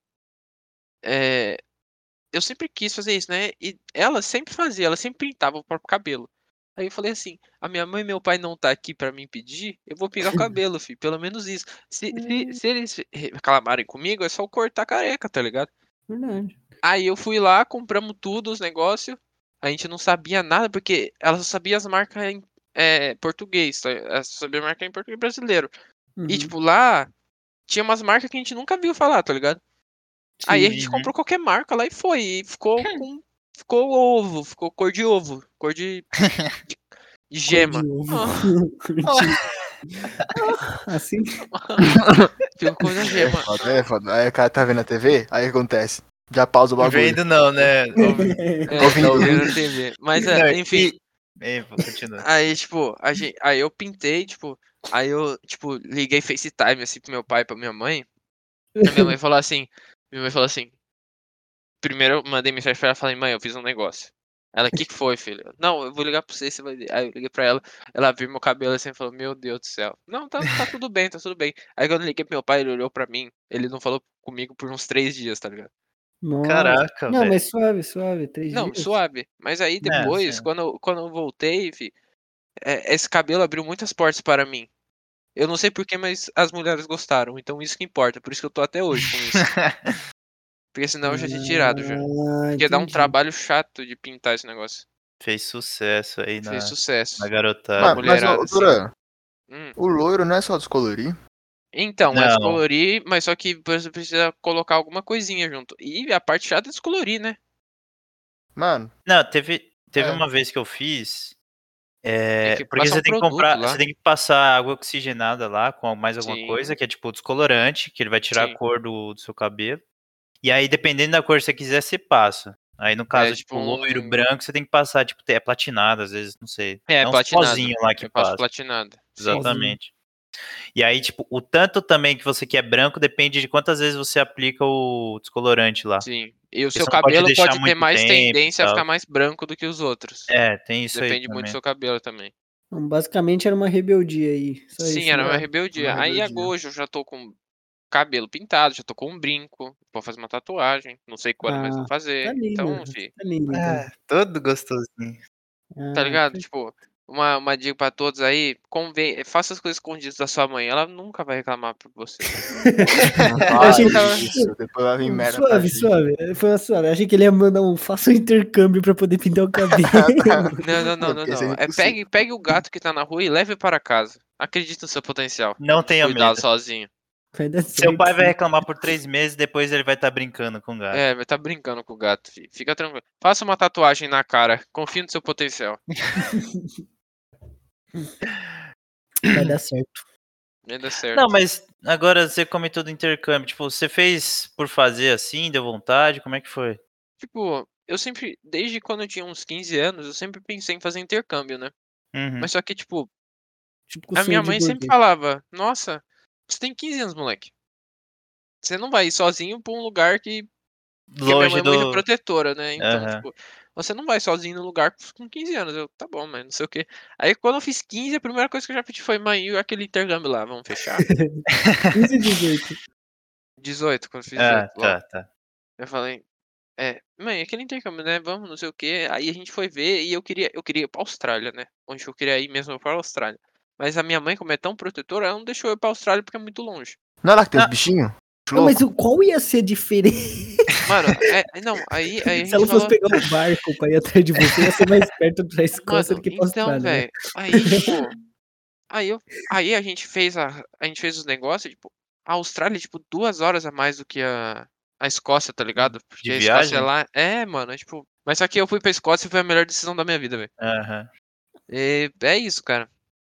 Speaker 5: é, eu sempre quis fazer isso, né? E ela sempre fazia, ela sempre pintava o próprio cabelo. Aí eu falei assim: a minha mãe e meu pai não tá aqui pra me impedir, eu vou pintar o cabelo, filho. Pelo menos isso. Se, se, se eles reclamarem comigo, é só eu cortar a careca, tá ligado?
Speaker 1: Verdade.
Speaker 5: Aí eu fui lá, compramos tudo, os negócios. A gente não sabia nada, porque ela só sabia as marcas em é, português, tá? Ela só sabia marca em português brasileiro. E,
Speaker 1: Uhum,
Speaker 5: tipo, lá tinha umas marcas que a gente nunca viu falar, tá ligado? Aí a gente
Speaker 2: Uhum.
Speaker 5: comprou qualquer marca lá e foi. E ficou com. Ficou ovo, ficou cor de ovo, cor de. de- de gema.
Speaker 1: de ovo.
Speaker 5: Ah,
Speaker 1: um assim,
Speaker 5: ficou cor de gema.
Speaker 4: É foda, é foda. Aí o cara tá vendo a TV, aí o que acontece? Já pausa o bagulho.
Speaker 2: Vendo não, né? Ouvi-
Speaker 5: É,
Speaker 4: Ouvindo.
Speaker 5: tá ouvindo na TV. Mas, é,
Speaker 2: Não,
Speaker 5: enfim.
Speaker 2: e- Ei, pô, continua.
Speaker 5: Aí, tipo, a gente, aí eu pintei, tipo, aí eu, tipo, liguei FaceTime assim pro meu pai, e pra minha mãe. Aí minha mãe falou assim, minha mãe falou assim. Primeiro eu mandei mensagem pra ela, falei, mãe, eu fiz um negócio. Ela, o que que foi, filho? Eu, Não, eu vou ligar pra você, você vai ver. Aí eu liguei pra ela, ela viu meu cabelo assim e falou, meu Deus do céu. Não, tá, tá tudo bem, tá tudo bem. Aí quando eu liguei pro meu pai, ele olhou pra mim, ele não falou comigo por uns três dias, tá ligado?
Speaker 1: nossa.
Speaker 2: Caraca,
Speaker 1: Não,
Speaker 2: velho.
Speaker 1: mas suave, suave. Três
Speaker 5: Não,
Speaker 1: dias.
Speaker 5: suave. Mas aí depois,
Speaker 2: sim.
Speaker 5: quando, eu, quando eu voltei, fi, é, esse cabelo abriu muitas portas para mim. Eu não sei porquê, mas as mulheres gostaram. Então isso que importa. Por isso que eu tô até hoje com isso. Porque senão eu já tinha tirado já.
Speaker 1: Ah,
Speaker 5: Porque dá um
Speaker 1: entendi.
Speaker 5: trabalho chato de pintar esse negócio.
Speaker 2: Fez sucesso aí na,
Speaker 5: Fez sucesso.
Speaker 2: na garotada.
Speaker 4: Mas,
Speaker 5: Uma
Speaker 4: mas
Speaker 5: mulherada,
Speaker 4: ô, Duran,
Speaker 5: Hum.
Speaker 4: o loiro não é só descolorir.
Speaker 5: Então, é
Speaker 2: Não.
Speaker 5: descolorir, mas só que você precisa colocar alguma coisinha junto. E a parte chata é descolorir, né?
Speaker 4: Mano,
Speaker 2: Não, teve, teve
Speaker 4: É.
Speaker 2: uma vez que eu fiz. é,
Speaker 5: que
Speaker 2: porque
Speaker 5: passar
Speaker 2: você tem
Speaker 5: um
Speaker 2: que
Speaker 5: produto
Speaker 2: comprar,
Speaker 5: lá.
Speaker 2: você tem que passar água oxigenada lá com mais alguma
Speaker 5: Sim.
Speaker 2: coisa, que é tipo descolorante, que ele vai tirar
Speaker 5: Sim.
Speaker 2: a cor do, do seu cabelo. E aí, dependendo da cor que você quiser, você passa. Aí, no caso,
Speaker 5: tipo
Speaker 2: tipo, loiro,
Speaker 5: um-
Speaker 2: branco, você tem que passar, tipo, é platinado, às vezes, não sei.
Speaker 5: É,
Speaker 2: um
Speaker 5: platinado.
Speaker 2: pozinho lá que
Speaker 5: Eu passo
Speaker 2: passa.
Speaker 5: platinada.
Speaker 2: Exatamente. E aí, tipo, o tanto também que você quer branco depende de quantas vezes você aplica o descolorante lá.
Speaker 5: Sim. E
Speaker 2: tá? Porque
Speaker 5: o seu
Speaker 2: você não pode
Speaker 5: cabelo pode,
Speaker 2: deixar
Speaker 5: ter
Speaker 2: muito
Speaker 5: mais
Speaker 2: tempo e
Speaker 5: tendência a
Speaker 2: tal.
Speaker 5: ficar mais branco do que os outros.
Speaker 2: É, tem isso aí.
Speaker 5: Depende muito do
Speaker 2: também.
Speaker 5: seu cabelo também.
Speaker 1: Então, basicamente era uma rebeldia aí. Só
Speaker 5: Sim,
Speaker 1: isso,
Speaker 5: era
Speaker 1: né?
Speaker 5: uma rebeldia.
Speaker 1: Uma
Speaker 5: Aí
Speaker 1: rebeldia.
Speaker 5: agora eu já tô com cabelo pintado, já tô com um brinco, vou fazer uma tatuagem, não sei quando, mas vou
Speaker 1: Ah,
Speaker 5: fazer.
Speaker 1: Tá lindo.
Speaker 5: então, fi,
Speaker 1: Tá lindo. então.
Speaker 2: É, todo gostosinho.
Speaker 5: tá
Speaker 1: Ah,
Speaker 5: ligado?
Speaker 1: per-
Speaker 5: Tipo, uma, uma dica pra todos aí, convém, faça as coisas escondidas da sua mãe, ela nunca vai reclamar por você.
Speaker 4: não
Speaker 1: A
Speaker 4: fala
Speaker 1: gente-
Speaker 4: Ah, isso. Depois vai vir merda pra
Speaker 1: Suave,
Speaker 4: gente.
Speaker 1: suave. é, Foi uma suave. Achei que ele ia mandar um faça um intercâmbio pra poder pintar o cabelo.
Speaker 5: Não, não, não, não,
Speaker 4: Porque isso é
Speaker 5: não. É,
Speaker 4: impossível.
Speaker 5: pegue, pegue o gato que tá na rua e leve para casa. Acredite no seu potencial.
Speaker 2: Não tenha
Speaker 5: Cuidado
Speaker 2: medo.
Speaker 5: sozinho.
Speaker 1: Vai dar
Speaker 2: Seu
Speaker 1: certo.
Speaker 2: pai vai reclamar por três meses, depois ele vai estar brincando com o gato.
Speaker 5: É, vai tá brincando com o gato, fi. Fica tranquilo. Faça uma tatuagem na cara. Confie no seu potencial.
Speaker 1: Vai dar certo.
Speaker 5: Vai dar
Speaker 3: É.
Speaker 5: certo.
Speaker 2: Não, mas agora você comentou do intercâmbio. Tipo, você fez por fazer assim, deu vontade? Como é que foi?
Speaker 5: Tipo, eu sempre, desde quando eu tinha uns 15 anos, eu sempre pensei em fazer intercâmbio, né?
Speaker 2: Uhum.
Speaker 5: Mas só que, tipo,
Speaker 1: Tipo,
Speaker 5: a
Speaker 1: sonho
Speaker 5: minha
Speaker 1: de
Speaker 5: mãe sempre
Speaker 1: gordinho.
Speaker 5: falava: Nossa, você tem 15 anos, moleque. Você não vai ir sozinho pra um lugar que. Porque minha mãe
Speaker 2: Longe
Speaker 5: é muito
Speaker 2: do.
Speaker 5: protetora, né? Então,
Speaker 2: Aham.
Speaker 5: tipo, você não vai sozinho no lugar com 15 anos. Eu, tá bom, mas não sei o quê. Aí quando eu fiz 15, a primeira coisa que eu já pedi foi, mãe, e aquele intercâmbio lá, vamos fechar.
Speaker 1: 15 e 18.
Speaker 5: 18, quando eu fiz 18.
Speaker 2: Ah,
Speaker 5: logo.
Speaker 2: tá, tá.
Speaker 5: Eu falei, é, mãe, aquele intercâmbio, né? Vamos, não sei o quê. Aí a gente foi ver e eu queria, eu queria ir pra Austrália, né? Onde eu queria ir mesmo para a Austrália. Mas a minha mãe, como é tão protetora, ela não deixou eu ir pra Austrália porque é muito longe.
Speaker 4: Não é lá que tem
Speaker 2: Ah.
Speaker 4: os bichinhos?
Speaker 1: Não,
Speaker 4: Louco.
Speaker 1: mas o- qual ia ser a diferença
Speaker 5: Mano, é, não, aí, aí a
Speaker 1: se ela fosse
Speaker 5: gente falou,
Speaker 1: pegar um barco pra ir atrás de você? Ia ser mais perto pra Escócia
Speaker 5: mano,
Speaker 1: do que pra
Speaker 5: então,
Speaker 1: Austrália. né?
Speaker 5: velho, aí, tipo, aí, eu, aí a gente fez a, a gente fez os negócios, tipo, a Austrália, é, tipo, duas horas a mais do que a, a Escócia, tá ligado? Porque a Escócia
Speaker 2: viagem?
Speaker 5: lá, é, mano, é, tipo, mas só que eu fui pra Escócia e foi a melhor decisão da minha vida, velho.
Speaker 2: Aham.
Speaker 5: É, é isso, cara.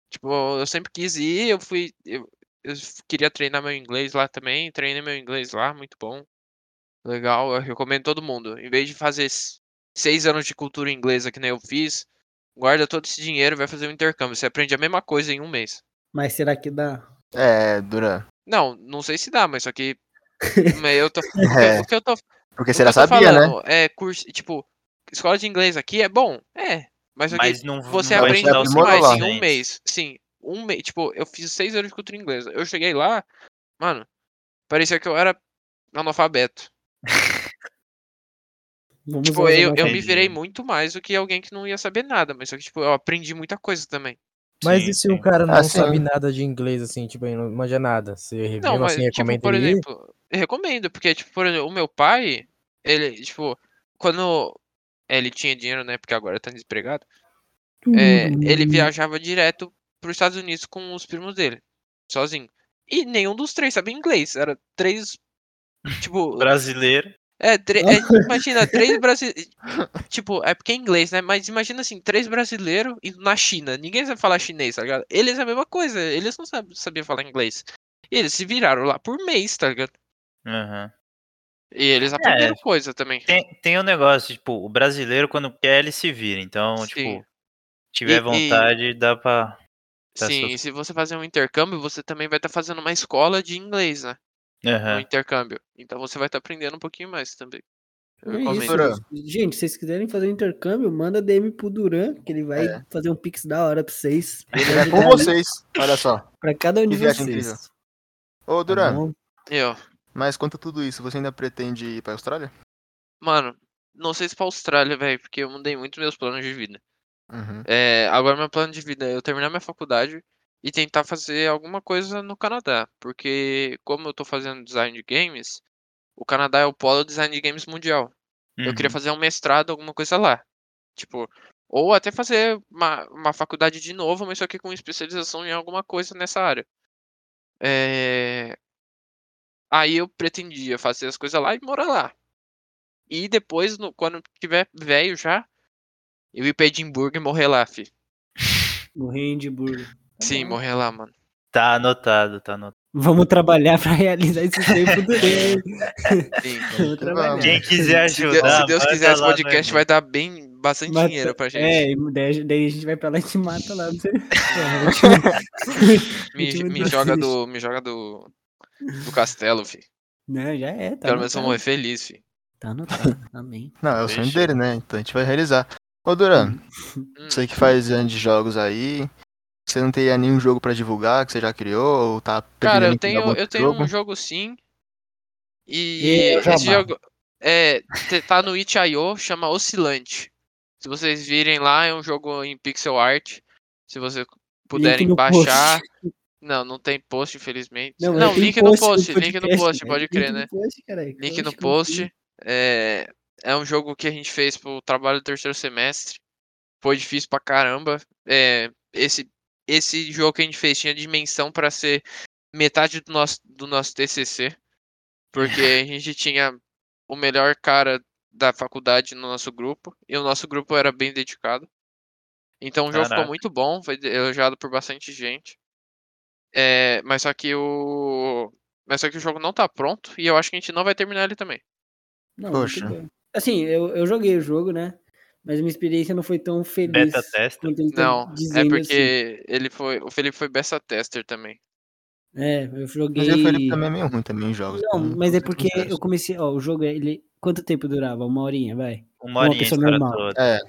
Speaker 5: Tipo, eu sempre quis ir, eu fui. Eu, eu f- queria treinar meu inglês lá também, treinei meu inglês lá, muito bom. Legal, eu recomendo todo mundo. Em vez de fazer s- seis anos de cultura inglesa que nem eu fiz, guarda todo esse dinheiro e vai fazer um intercâmbio. Você aprende a mesma coisa em um mês.
Speaker 1: Mas será que dá?
Speaker 4: É, Duran.
Speaker 5: Não, não sei se dá, mas só que. mas eu tô.
Speaker 4: É.
Speaker 5: O que eu tô
Speaker 4: Porque
Speaker 5: o
Speaker 4: você já
Speaker 5: que eu tô
Speaker 4: sabia, né?
Speaker 5: falando É curso, tipo, escola de inglês aqui é bom, é. Mas, aqui
Speaker 2: Mas não
Speaker 5: você
Speaker 2: não vai
Speaker 5: aprende
Speaker 2: te dar o
Speaker 4: os
Speaker 5: muito mais em
Speaker 2: suficiente.
Speaker 5: um mês. Sim, um mês. Tipo, eu fiz seis anos de cultura inglesa. Eu cheguei lá, mano, parecia que eu era analfabeto.
Speaker 1: Vamos
Speaker 5: Tipo,
Speaker 1: usar
Speaker 5: eu,
Speaker 1: uma-
Speaker 5: eu me
Speaker 2: entendi.
Speaker 5: virei muito mais do que alguém que não ia saber nada, mas só que, tipo, eu aprendi muita coisa também.
Speaker 3: Mas
Speaker 2: Sim,
Speaker 3: e se
Speaker 2: sim.
Speaker 3: o cara não
Speaker 4: Ah, sim.
Speaker 3: sabe nada de inglês, assim, tipo, ele não manja nada? Você
Speaker 5: Assim, Não,
Speaker 3: mesmo
Speaker 5: mas,
Speaker 3: assim
Speaker 5: tipo,
Speaker 3: recomenda
Speaker 5: por
Speaker 3: ele? ir?
Speaker 5: exemplo, eu recomendo, porque, tipo, por exemplo, o meu pai, ele, tipo, quando ele tinha dinheiro, né, porque agora tá desempregado, É,
Speaker 1: Uhum.
Speaker 5: ele viajava direto para os Estados Unidos com os primos dele, sozinho. E nenhum dos três sabia inglês. Era três. Tipo,
Speaker 2: Brasileiro.
Speaker 5: é, tre- é, imagina, três brasileiros. Tipo, é porque é inglês, né? Mas imagina assim, três brasileiros indo na China. Ninguém sabe falar chinês, tá ligado? Eles é a mesma coisa, eles não sab- sabiam falar inglês. E eles se viraram lá por mês, tá ligado?
Speaker 2: Aham.
Speaker 5: E eles aprenderam coisa também.
Speaker 2: Tem, tem um negócio, tipo, o brasileiro quando quer ele se vira. Então,
Speaker 5: Sim.
Speaker 2: tipo, tiver
Speaker 5: E- e-
Speaker 2: vontade, dá pra. Tá
Speaker 5: Sim,
Speaker 2: certo.
Speaker 5: e se você fazer um intercâmbio, você também vai estar fazendo uma escola de inglês, né? no
Speaker 2: Aham.
Speaker 5: intercâmbio. Então você vai estar aprendendo um pouquinho mais também. Eu
Speaker 1: É
Speaker 5: recomendo.
Speaker 1: isso, Gente, se vocês quiserem fazer um intercâmbio, manda DM pro Duran, que ele vai
Speaker 4: É.
Speaker 1: fazer um pix da hora pra vocês.
Speaker 4: Ele
Speaker 5: é
Speaker 4: vai É com
Speaker 1: ajudar
Speaker 4: vocês. Olha só.
Speaker 1: Pra cada um de
Speaker 4: Que viagem
Speaker 1: vocês.
Speaker 4: incrível.
Speaker 1: tá
Speaker 4: Ô,
Speaker 5: Uhum.
Speaker 4: Duran,
Speaker 1: bom?
Speaker 5: E, ó,
Speaker 4: mas quanto a tudo isso, você ainda pretende ir pra Austrália?
Speaker 5: mano, não sei se pra Austrália, velho, porque eu mudei muito meus planos de vida.
Speaker 4: Uhum.
Speaker 5: É, agora meu plano de vida é eu terminar minha faculdade e tentar fazer alguma coisa no Canadá. Porque como eu tô fazendo design de games, o Canadá é o polo design de games mundial. Eu queria
Speaker 2: Uhum.
Speaker 5: fazer um mestrado, alguma coisa lá. Tipo, ou até fazer uma, uma faculdade de novo, mas só que com especialização em alguma coisa nessa área. É, Aí eu pretendia fazer as coisas lá e morar lá. E depois, no- quando tiver velho já, eu ir pra Edimburgo e morrer lá, fi.
Speaker 1: Morrer em Edimburgo. Tá
Speaker 5: Sim,
Speaker 1: bom.
Speaker 5: morrer lá, mano.
Speaker 2: Tá anotado, tá anotado.
Speaker 1: Vamos trabalhar pra realizar esse sonho pro Duran.
Speaker 5: Sim.
Speaker 1: Vamos trabalhar.
Speaker 2: Quem quiser
Speaker 5: Se Deus,
Speaker 2: ajudar.
Speaker 5: se Deus
Speaker 2: manda
Speaker 5: quiser, esse
Speaker 2: lá né, no
Speaker 5: podcast vai
Speaker 2: e-mail.
Speaker 5: dar bem, bastante
Speaker 1: Mata-
Speaker 5: dinheiro pra gente.
Speaker 1: É, e daí, daí a gente vai pra lá e te mata lá. Não sei.
Speaker 5: me,
Speaker 1: muito
Speaker 5: me
Speaker 1: bem.
Speaker 5: joga do, me joga do, do castelo, fi.
Speaker 1: Não, já é, tá
Speaker 5: Pelo menos eu vou
Speaker 1: anotado.
Speaker 5: morrer feliz, fi.
Speaker 1: Tá anotado, amém.
Speaker 4: Não, é o sonho
Speaker 5: Deixa.
Speaker 4: dele, né? Então a gente vai realizar. Ô, Duran,
Speaker 5: Hum.
Speaker 4: você que faz anos de jogos aí, você não teria nenhum jogo pra divulgar que você já criou? Ou tá
Speaker 5: Cara, eu
Speaker 4: pretendendo criar
Speaker 5: tenho,
Speaker 4: algum
Speaker 5: eu tenho um
Speaker 4: jogo?
Speaker 5: jogo sim.
Speaker 1: E
Speaker 5: E
Speaker 1: eu já
Speaker 5: esse
Speaker 1: amava.
Speaker 5: jogo é, te- tá no itch.io, chama Oscilante. Se vocês virem lá, é um jogo em pixel art. Se vocês puderem
Speaker 1: no post.
Speaker 5: baixar. Não, não tem post, infelizmente. Não,
Speaker 1: mas tem
Speaker 5: link no
Speaker 1: do
Speaker 5: post, link no
Speaker 1: podcast,
Speaker 5: post,
Speaker 1: velho.
Speaker 5: pode crer,
Speaker 1: link
Speaker 5: né?
Speaker 1: No post, caralho, que
Speaker 5: Link
Speaker 1: eu
Speaker 5: no
Speaker 1: acho que eu não
Speaker 5: post. É, é um jogo que a gente fez pro trabalho do terceiro semestre. Foi difícil pra caramba. É, esse, esse jogo que a gente fez tinha dimensão pra ser metade do nosso, do nosso TCC. Porque a gente tinha o melhor cara da faculdade no nosso grupo. E o nosso grupo era bem dedicado. Então o jogo ficou
Speaker 2: Caraca.
Speaker 5: muito bom. Foi elogiado por bastante gente. É, mas só que o. Mas só que o jogo não tá pronto. E eu acho que a gente não vai terminar ele também.
Speaker 1: Não,
Speaker 4: Poxa.
Speaker 1: muito bom. Assim, eu, eu joguei o jogo, né? Mas minha experiência não foi tão feliz
Speaker 2: Beta testa.
Speaker 1: quanto eles tão
Speaker 5: Não, é
Speaker 1: dizendo. assim.
Speaker 5: porque ele foi, o Felipe foi besta tester também.
Speaker 1: É, eu joguei.
Speaker 4: Mas o Felipe também é meio ruim também em jogos.
Speaker 1: Não,
Speaker 4: então,
Speaker 1: mas é
Speaker 4: vocês
Speaker 1: porque eu
Speaker 4: confessam.
Speaker 1: comecei. Ó, o jogo, é, ele. Quanto tempo durava? Uma horinha, vai.
Speaker 2: Uma horinha a
Speaker 1: pessoa
Speaker 2: história
Speaker 1: normal.
Speaker 2: toda.
Speaker 4: É,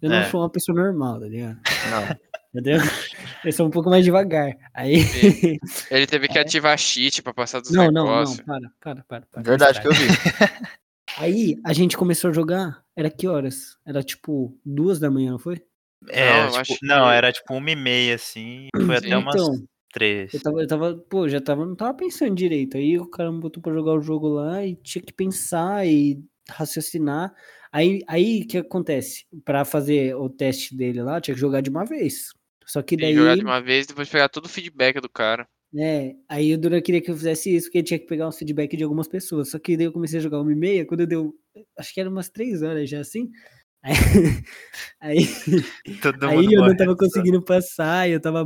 Speaker 1: Eu não
Speaker 2: É.
Speaker 1: sou uma pessoa normal, tá ligado?
Speaker 4: não.
Speaker 1: Entendeu? Eu sou um pouco mais devagar. Aí.
Speaker 5: Ele teve que ativar cheat pra passar dos
Speaker 1: É. Não, não, não,
Speaker 5: negócios.
Speaker 1: para, para, para. para
Speaker 4: Verdade que eu vi.
Speaker 1: Aí a gente começou a jogar, era que horas? Era tipo duas da manhã, não foi?
Speaker 2: É,
Speaker 5: Não,
Speaker 2: era
Speaker 5: eu
Speaker 2: tipo-
Speaker 5: acho que-
Speaker 2: não, era tipo uma e meia, assim. e Foi até
Speaker 5: Sim.
Speaker 2: umas
Speaker 1: Então,
Speaker 2: três.
Speaker 1: eu tava, eu tava, pô, já tava, não tava pensando direito. Aí o cara me botou pra jogar o jogo lá e tinha que pensar e raciocinar. Aí aí o que acontece? Pra fazer o teste dele lá, tinha que jogar de uma vez. Só que
Speaker 5: Tem
Speaker 1: daí,
Speaker 5: que jogar de uma vez depois pegar todo o feedback do cara.
Speaker 1: né, aí o Duran queria que eu fizesse isso, porque ele tinha que pegar um feedback de algumas pessoas. Só que daí eu comecei a jogar uma e meia, quando deu, acho que era umas três horas já, assim. Aí, aí
Speaker 2: Todo
Speaker 1: aí
Speaker 2: mundo
Speaker 1: eu não
Speaker 2: morrendo
Speaker 1: tava
Speaker 2: de sono.
Speaker 1: conseguindo passar, eu tava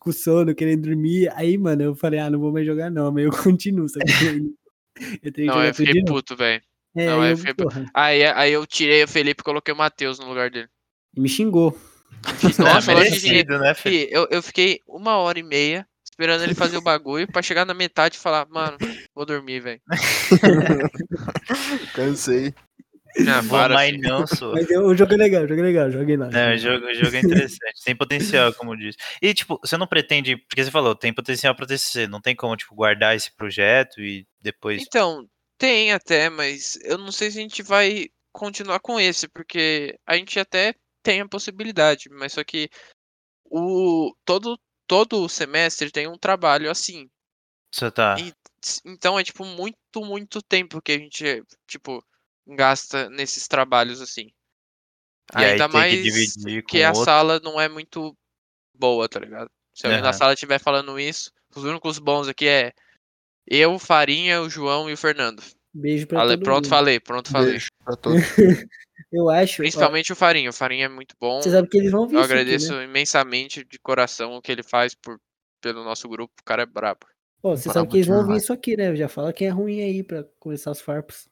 Speaker 1: com sono, querendo dormir. Aí, mano, eu falei, ah, não vou mais jogar não, mas eu continuo, sabe? Eu tenho
Speaker 5: Não,
Speaker 1: que jogar
Speaker 5: eu
Speaker 1: tudo de
Speaker 5: fiquei
Speaker 1: novo.
Speaker 5: puto, velho.
Speaker 1: É,
Speaker 5: não,
Speaker 1: aí
Speaker 5: eu
Speaker 1: eu,
Speaker 5: fiquei-
Speaker 1: porra,
Speaker 5: Aí, aí eu tirei o Felipe e coloquei o Matheus no lugar dele.
Speaker 1: e me xingou.
Speaker 5: Nossa,
Speaker 2: é
Speaker 5: eu acho
Speaker 2: merecido, né, filho?
Speaker 5: Fih, eu, eu fiquei uma hora e meia esperando ele fazer o bagulho pra chegar na metade e falar, mano, vou dormir, velho.
Speaker 4: Cansei.
Speaker 5: Ah,
Speaker 2: Vou
Speaker 5: para,
Speaker 2: mais
Speaker 5: filho.
Speaker 2: não, sou.
Speaker 1: Mas eu- o jogo é legal, o jogo é legal, joguei lá.
Speaker 2: É, o jogo, o jogo é interessante, tem potencial, como diz. E, tipo, você não pretende, porque você falou, tem potencial pra TCC, não tem como, tipo, guardar esse projeto e depois...
Speaker 5: Então, tem até, mas eu não sei se a gente vai continuar com esse, porque a gente até tem a possibilidade, mas só que o todo todo semestre tem um trabalho assim.
Speaker 2: Você tá...
Speaker 5: E- S- Então é tipo muito, muito tempo que a gente tipo gasta nesses trabalhos assim.
Speaker 2: E aí
Speaker 5: Ainda
Speaker 2: tem que
Speaker 5: mais
Speaker 2: dividir com
Speaker 5: que a
Speaker 2: outro.
Speaker 5: sala não é muito boa, tá ligado? Se alguém na
Speaker 2: Aham.
Speaker 5: sala estiver falando isso, os únicos bons aqui é eu, Farinha, o João e o Fernando.
Speaker 1: Beijo pra
Speaker 5: Ale,
Speaker 1: todo
Speaker 5: pronto,
Speaker 1: mundo.
Speaker 5: falei, pronto, falei.
Speaker 4: Beijo pra todos.
Speaker 1: Eu acho. Principalmente.
Speaker 5: Principalmente o Farinha. O Farinha é muito bom.
Speaker 1: Você sabe que eles vão vir.
Speaker 5: Eu
Speaker 1: isso aqui,
Speaker 5: agradeço
Speaker 1: né?
Speaker 5: imensamente de coração o que ele faz por, pelo nosso grupo. O cara é brabo.
Speaker 1: Pô, você
Speaker 4: Bravo
Speaker 1: sabe que eles vão vir
Speaker 4: demais.
Speaker 1: isso aqui, né? Já fala que é ruim aí pra começar os farpas.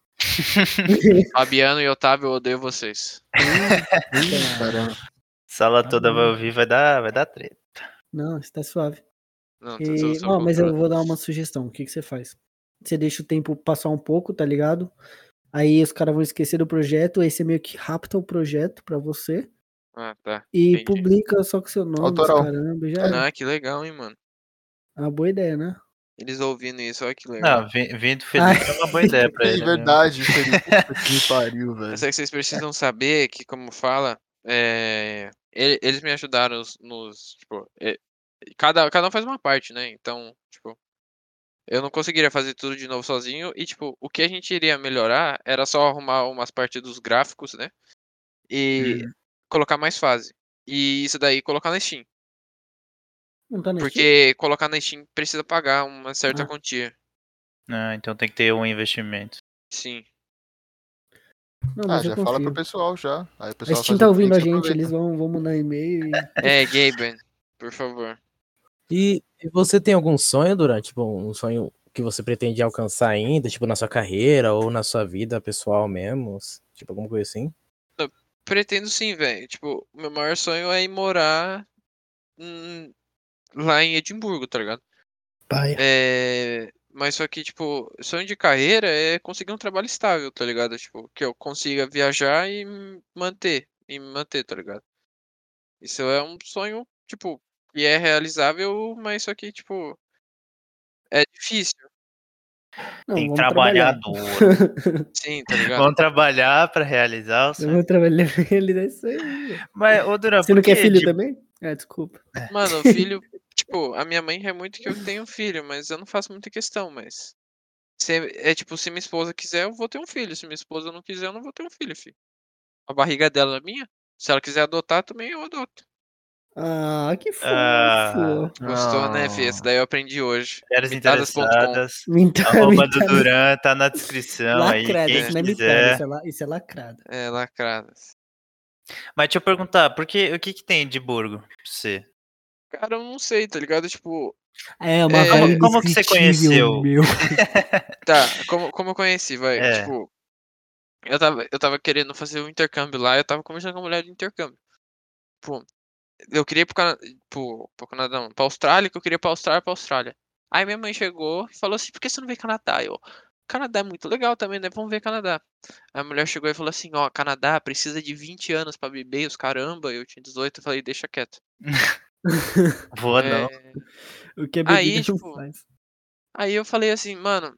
Speaker 5: Fabiano e Otávio, eu odeio vocês.
Speaker 4: Caramba.
Speaker 2: Sala
Speaker 1: Tá
Speaker 2: toda
Speaker 1: bom.
Speaker 2: vai ouvir, vai dar, vai dar treta.
Speaker 1: Não, isso tá suave.
Speaker 5: Não, tô- tô-
Speaker 1: E,
Speaker 5: tô
Speaker 1: ó, mas eu
Speaker 5: contra.
Speaker 1: vou dar uma sugestão. O que, que você faz? Você deixa o tempo passar um pouco, tá ligado? Aí os caras vão esquecer do projeto, aí você meio que rapta o projeto pra você
Speaker 5: Ah, tá.
Speaker 1: e
Speaker 5: Entendi.
Speaker 1: publica só com seu nome, os
Speaker 4: Autoral.
Speaker 1: caramba, já é.
Speaker 2: Né?
Speaker 5: Ah, que legal, hein, mano.
Speaker 1: uma boa ideia, né?
Speaker 5: Eles ouvindo isso, olha que legal.
Speaker 2: Não, vi- vindo feliz é uma boa ideia pra ele.
Speaker 4: É
Speaker 2: né?
Speaker 4: verdade, Felipe. Puta que me pariu, velho.
Speaker 5: Mas é que vocês precisam saber que, como fala, é, ele- eles me ajudaram nos. nos, tipo, é, cada, cada um faz uma parte, né? Então, tipo, eu não conseguiria fazer tudo de novo sozinho. E, tipo, o que a gente iria melhorar era só arrumar umas partes dos gráficos, né? E colocar mais fase. E isso daí colocar na Steam.
Speaker 1: Não tá na Steam?
Speaker 5: Porque colocar na Steam precisa pagar uma certa
Speaker 1: Ah.
Speaker 5: quantia.
Speaker 2: Ah, então tem que ter um investimento.
Speaker 5: Sim.
Speaker 1: Não,
Speaker 4: Ah,
Speaker 1: mas
Speaker 4: já
Speaker 1: eu
Speaker 4: fala
Speaker 1: confio.
Speaker 4: pro pessoal já. Aí o
Speaker 1: A
Speaker 4: pessoal
Speaker 1: Steam
Speaker 4: faz
Speaker 1: tá
Speaker 4: o
Speaker 1: ouvindo a
Speaker 4: Pix e
Speaker 1: gente,
Speaker 4: aproveita.
Speaker 1: eles vão, vão mandar e-mail e
Speaker 5: É, Gaben, por favor.
Speaker 3: E, e você tem algum sonho, Duran? Tipo, um sonho que você pretende alcançar ainda, tipo, na sua carreira ou na sua vida pessoal mesmo? Tipo, alguma coisa assim?
Speaker 5: Pretendo sim, velho. Tipo, o meu maior sonho é ir morar hum, lá em Edimburgo, tá ligado?
Speaker 1: Pai.
Speaker 5: É, mas só que, tipo, sonho de carreira é conseguir um trabalho estável, tá ligado? Tipo, que eu consiga viajar e me manter, e me manter, tá ligado? Isso é um sonho, tipo, que é realizável, mas só que, tipo, é difícil,
Speaker 1: Não,
Speaker 2: tem
Speaker 1: vamos
Speaker 2: trabalhar duro.
Speaker 5: sim, tá ligado?
Speaker 2: Vamos trabalhar pra realizar o
Speaker 1: Eu
Speaker 2: sonho.
Speaker 1: vou trabalhar pra ele dessa aí. velho.
Speaker 2: Mas, ô Duran,
Speaker 1: Você não
Speaker 2: por
Speaker 1: quer
Speaker 2: que,
Speaker 1: filho
Speaker 2: tipo,
Speaker 1: também? Ah, desculpa.
Speaker 5: Mano, o filho, tipo, a minha mãe quer muito que eu tenha um filho, mas eu não faço muita questão, mas. Se, é tipo, se minha esposa quiser, eu vou ter um filho. Se minha esposa não quiser, eu não vou ter um filho, filho. A barriga dela é minha. Se ela quiser adotar, também eu adoto.
Speaker 1: Ah, que fofo.
Speaker 2: Ah.
Speaker 5: Gostou, né, filho? Essa daí eu aprendi hoje.
Speaker 2: mulheres
Speaker 5: Mitadas.com.
Speaker 2: interessadas?
Speaker 1: Então,
Speaker 2: Arroba do
Speaker 1: então,
Speaker 2: Duran tá na descrição aí,
Speaker 1: lacrado,
Speaker 2: quem
Speaker 1: isso não é
Speaker 2: quiser.
Speaker 1: mitada, isso, é la- isso é lacrado.
Speaker 5: É, lacradas.
Speaker 1: é
Speaker 2: Mas deixa eu perguntar, por que, o que que tem de Burgo pra você?
Speaker 5: Cara, eu não sei, tá ligado? Tipo,
Speaker 1: É, uma
Speaker 5: É, como-
Speaker 1: vibe
Speaker 2: como que você
Speaker 1: indescritível,
Speaker 2: conheceu?
Speaker 1: Meu.
Speaker 5: tá, como, como eu conheci, vai.
Speaker 2: É.
Speaker 5: Tipo, eu tava, eu tava querendo fazer um intercâmbio lá, eu tava conversando com a mulher de intercâmbio. Tipo, eu queria ir pro, Cana pro, pro Canadá, não, pra Austrália, que eu queria ir pra Austrália, pra Austrália. Aí minha mãe chegou e falou assim, por que você não vem Canadá? Eu, Canadá é muito legal também, né? Vamos ver Canadá. Aí a mulher chegou e falou assim, ó, Canadá precisa de 20 anos pra beber, os caramba, eu tinha 18, eu falei, deixa quieto.
Speaker 2: Vou
Speaker 5: É,
Speaker 2: não.
Speaker 1: O que é bebida
Speaker 5: Aí,
Speaker 1: não
Speaker 5: tipo,
Speaker 1: faz.
Speaker 5: Aí eu falei assim, mano,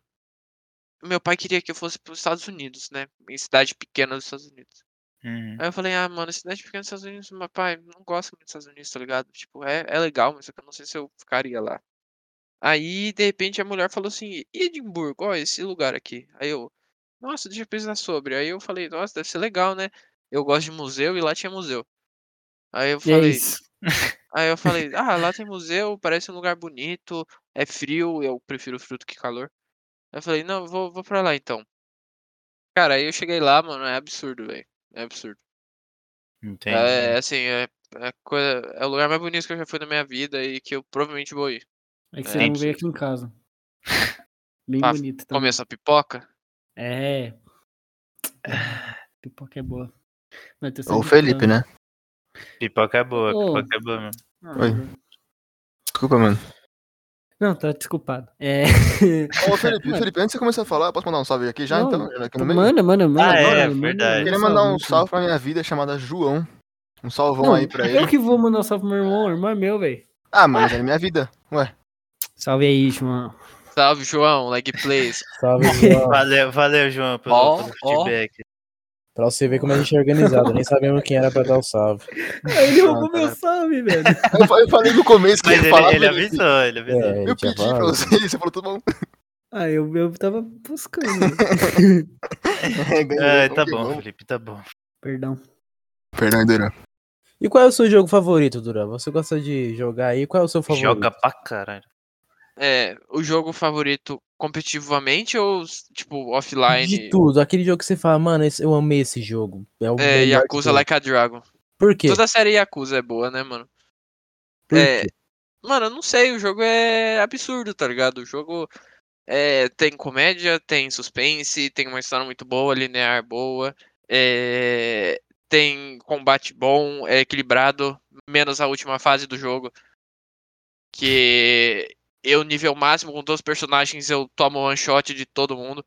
Speaker 5: meu pai queria que eu fosse pros Estados Unidos, né? Em cidade pequena dos Estados Unidos.
Speaker 2: Hum.
Speaker 5: Aí eu falei, ah, mano, cidade pequena dos Estados Unidos, meu pai, não gosto muito dos Estados Unidos, tá ligado? Tipo, é, é legal, mas só que eu não sei se eu ficaria lá. Aí, de repente, a mulher falou assim, "E Edimburgo, ó, esse lugar aqui. Aí eu, nossa, deixa eu pensar sobre. Aí eu falei, nossa, deve ser legal, né? Eu gosto de museu e lá tinha museu. Aí eu
Speaker 1: E é
Speaker 5: falei,
Speaker 1: isso.
Speaker 5: aí eu falei, ah, lá tem museu, parece um lugar bonito, é frio, eu prefiro frio do que calor. Aí eu falei, não, eu vou, vou pra lá então. Cara, aí eu cheguei lá, mano, é absurdo, velho. É absurdo.
Speaker 2: Entendi.
Speaker 5: É, assim, é, é, coisa, é o lugar mais bonito que eu já fui na minha vida e que eu provavelmente vou ir.
Speaker 1: É que você não
Speaker 2: Entendi.
Speaker 1: veio aqui em casa. Bem
Speaker 5: Ah,
Speaker 1: bonito tá? também.
Speaker 5: Comer essa pipoca.
Speaker 1: É. Pipoca é boa. Mas tô
Speaker 4: O
Speaker 1: sempre
Speaker 4: Felipe,
Speaker 1: falando.
Speaker 4: né?
Speaker 2: Pipoca é boa,
Speaker 1: Ô.
Speaker 2: pipoca é boa mesmo.
Speaker 4: Oi. Desculpa, mano.
Speaker 1: Não, tá desculpado. É,
Speaker 4: Ô, Felipe, Felipe, antes de você começar a falar, posso mandar um salve aqui já,
Speaker 1: Não,
Speaker 4: então? Já Aqui no meio?
Speaker 1: manda, manda, manda.
Speaker 2: Ah, é,
Speaker 1: manda, manda,
Speaker 2: verdade.
Speaker 4: Eu
Speaker 1: manda
Speaker 4: queria mandar um
Speaker 1: cara.
Speaker 4: salve pra minha vida chamada João. Um salvão
Speaker 1: Não,
Speaker 4: aí pra
Speaker 1: Eu
Speaker 4: ele.
Speaker 1: que vou mandar um salve pro meu irmão, o irmão é meu, velho.
Speaker 4: Ah, mano, mas é minha vida. Ué.
Speaker 1: Salve aí, irmão.
Speaker 5: Salve, João, leg plays.
Speaker 3: Salve, João.
Speaker 2: Valeu, valeu, João, pelo,
Speaker 5: Ó,
Speaker 2: pelo
Speaker 5: ó.
Speaker 2: feedback.
Speaker 3: Pra você ver como a gente é organizado. Nem sabemos quem era pra dar o salve.
Speaker 1: Ah, Ele roubou
Speaker 4: Não,
Speaker 1: meu
Speaker 4: cara.
Speaker 1: salve, velho.
Speaker 4: Eu fa- eu falei no começo que
Speaker 2: Mas
Speaker 4: eu
Speaker 2: ele,
Speaker 4: ia falar.
Speaker 2: ele
Speaker 4: mas
Speaker 2: avisou, ele avisou.
Speaker 3: É,
Speaker 4: Eu
Speaker 3: tinha
Speaker 4: pedi pra
Speaker 3: falado.
Speaker 4: você e você falou tudo bom.
Speaker 1: Ah, eu, eu tava buscando.
Speaker 4: É, ganhou,
Speaker 2: Ah,
Speaker 4: vamos
Speaker 2: tá
Speaker 4: que
Speaker 2: bom,
Speaker 4: vamos.
Speaker 2: Felipe, tá bom.
Speaker 1: Perdão.
Speaker 4: Perdão, Endura.
Speaker 3: E qual é o seu jogo favorito, Duran? Você gosta de jogar aí? Qual é o seu favorito?
Speaker 2: Joga pra caralho.
Speaker 5: É, o jogo favorito competitivamente ou, s- tipo,
Speaker 3: De
Speaker 5: offline?
Speaker 3: tudo. Aquele jogo que você fala, mano, esse- eu amei esse jogo. É, o
Speaker 5: É,
Speaker 3: melhor que
Speaker 5: Yakuza
Speaker 3: tem."
Speaker 5: Like a Dragon.
Speaker 3: Por quê?
Speaker 5: Toda a série Yakuza é boa, né, mano?
Speaker 3: Por
Speaker 5: é,
Speaker 3: quê?
Speaker 5: Mano, eu não sei, o jogo é absurdo, tá ligado? O jogo é, tem comédia, tem suspense, tem uma história muito boa, linear boa, é, tem combate bom, é equilibrado, menos a última fase do jogo. Que eu, nível máximo, com todos os personagens, eu tomo one shot de todo mundo.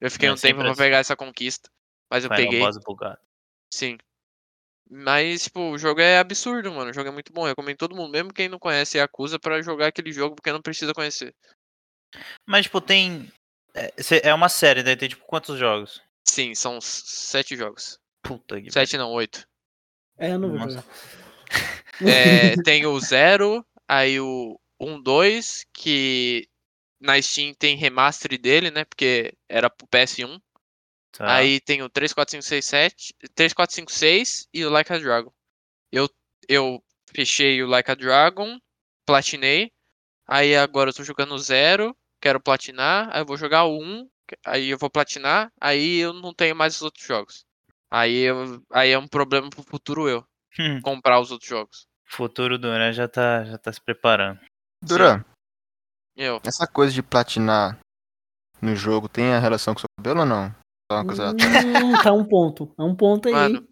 Speaker 5: Eu fiquei
Speaker 2: É,
Speaker 5: um tempo
Speaker 2: sempre
Speaker 5: pra
Speaker 2: assim.
Speaker 5: pegar essa conquista, mas eu
Speaker 2: Final
Speaker 5: peguei.
Speaker 2: Boss bugado.
Speaker 5: Sim. Mas, tipo, o jogo é absurdo, mano. O jogo é muito bom. Eu recomendo todo mundo, mesmo quem não conhece Yakuza, pra jogar aquele jogo, porque não precisa conhecer.
Speaker 2: Mas, tipo, tem. É, cê- é uma série, daí tem, tipo, quantos jogos?
Speaker 5: Sim, são s- sete jogos.
Speaker 2: Puta que
Speaker 5: Sete não, oito.
Speaker 1: É, eu não vou
Speaker 2: Nossa.
Speaker 1: jogar.
Speaker 5: É, tem o Zero, aí o 1, 2, que na Steam tem remaster dele, né? Porque era pro PS1.
Speaker 2: Tá.
Speaker 5: Aí tem o 3, 4, 5, 6, 7, 3, 4, 5, 6 e o Like a Dragon. Eu, eu fechei o Like a Dragon, platinei. Aí agora eu tô jogando o 0, quero platinar. Aí eu vou jogar o 1, que- aí eu vou platinar. Aí eu não tenho mais os outros jogos. Aí, eu, aí é um problema pro futuro eu,
Speaker 2: Hum,
Speaker 5: comprar os outros jogos.
Speaker 2: futuro do Duran já tá, já tá se preparando.
Speaker 4: Duran,
Speaker 5: Eu,
Speaker 4: essa coisa de platinar no jogo tem a relação com o seu cabelo ou não? Só uma coisa-
Speaker 1: Hum, tá um ponto. É um ponto aí. um
Speaker 5: Mano,
Speaker 1: hein?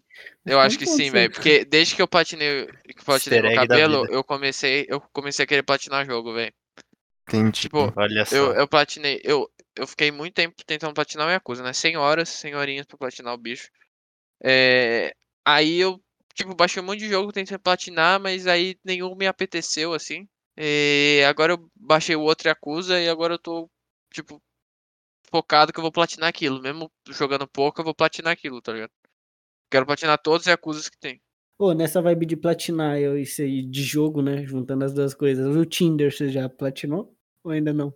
Speaker 5: eu acho que
Speaker 1: Não pode
Speaker 5: sim,
Speaker 1: ser.
Speaker 5: velho. Porque desde que eu platinei, que eu platinei meu
Speaker 2: Easter egg da
Speaker 5: cabelo,
Speaker 2: vida.
Speaker 5: eu comecei, eu comecei a querer platinar jogo, velho.
Speaker 4: Tem
Speaker 5: Tipo,
Speaker 4: tipo.
Speaker 2: Olha só.
Speaker 5: Eu, eu platinei, eu, eu fiquei muito tempo tentando platinar o Yakuza, né? 100 horas, 100 horinhas pra platinar o bicho. É, aí eu, tipo, baixei um monte de jogo tentando platinar, mas aí nenhum me apeteceu, assim. É, agora eu baixei o outro Yakuza e agora eu tô, tipo, focado que eu vou platinar aquilo. Mesmo jogando pouco, eu vou platinar aquilo, tá ligado? Quero platinar todos os Yakuzas que tem.
Speaker 1: Pô, nessa vibe de platinar eu, isso aí, de jogo, né? Juntando as duas coisas. O Tinder, você já platinou? Ou ainda não?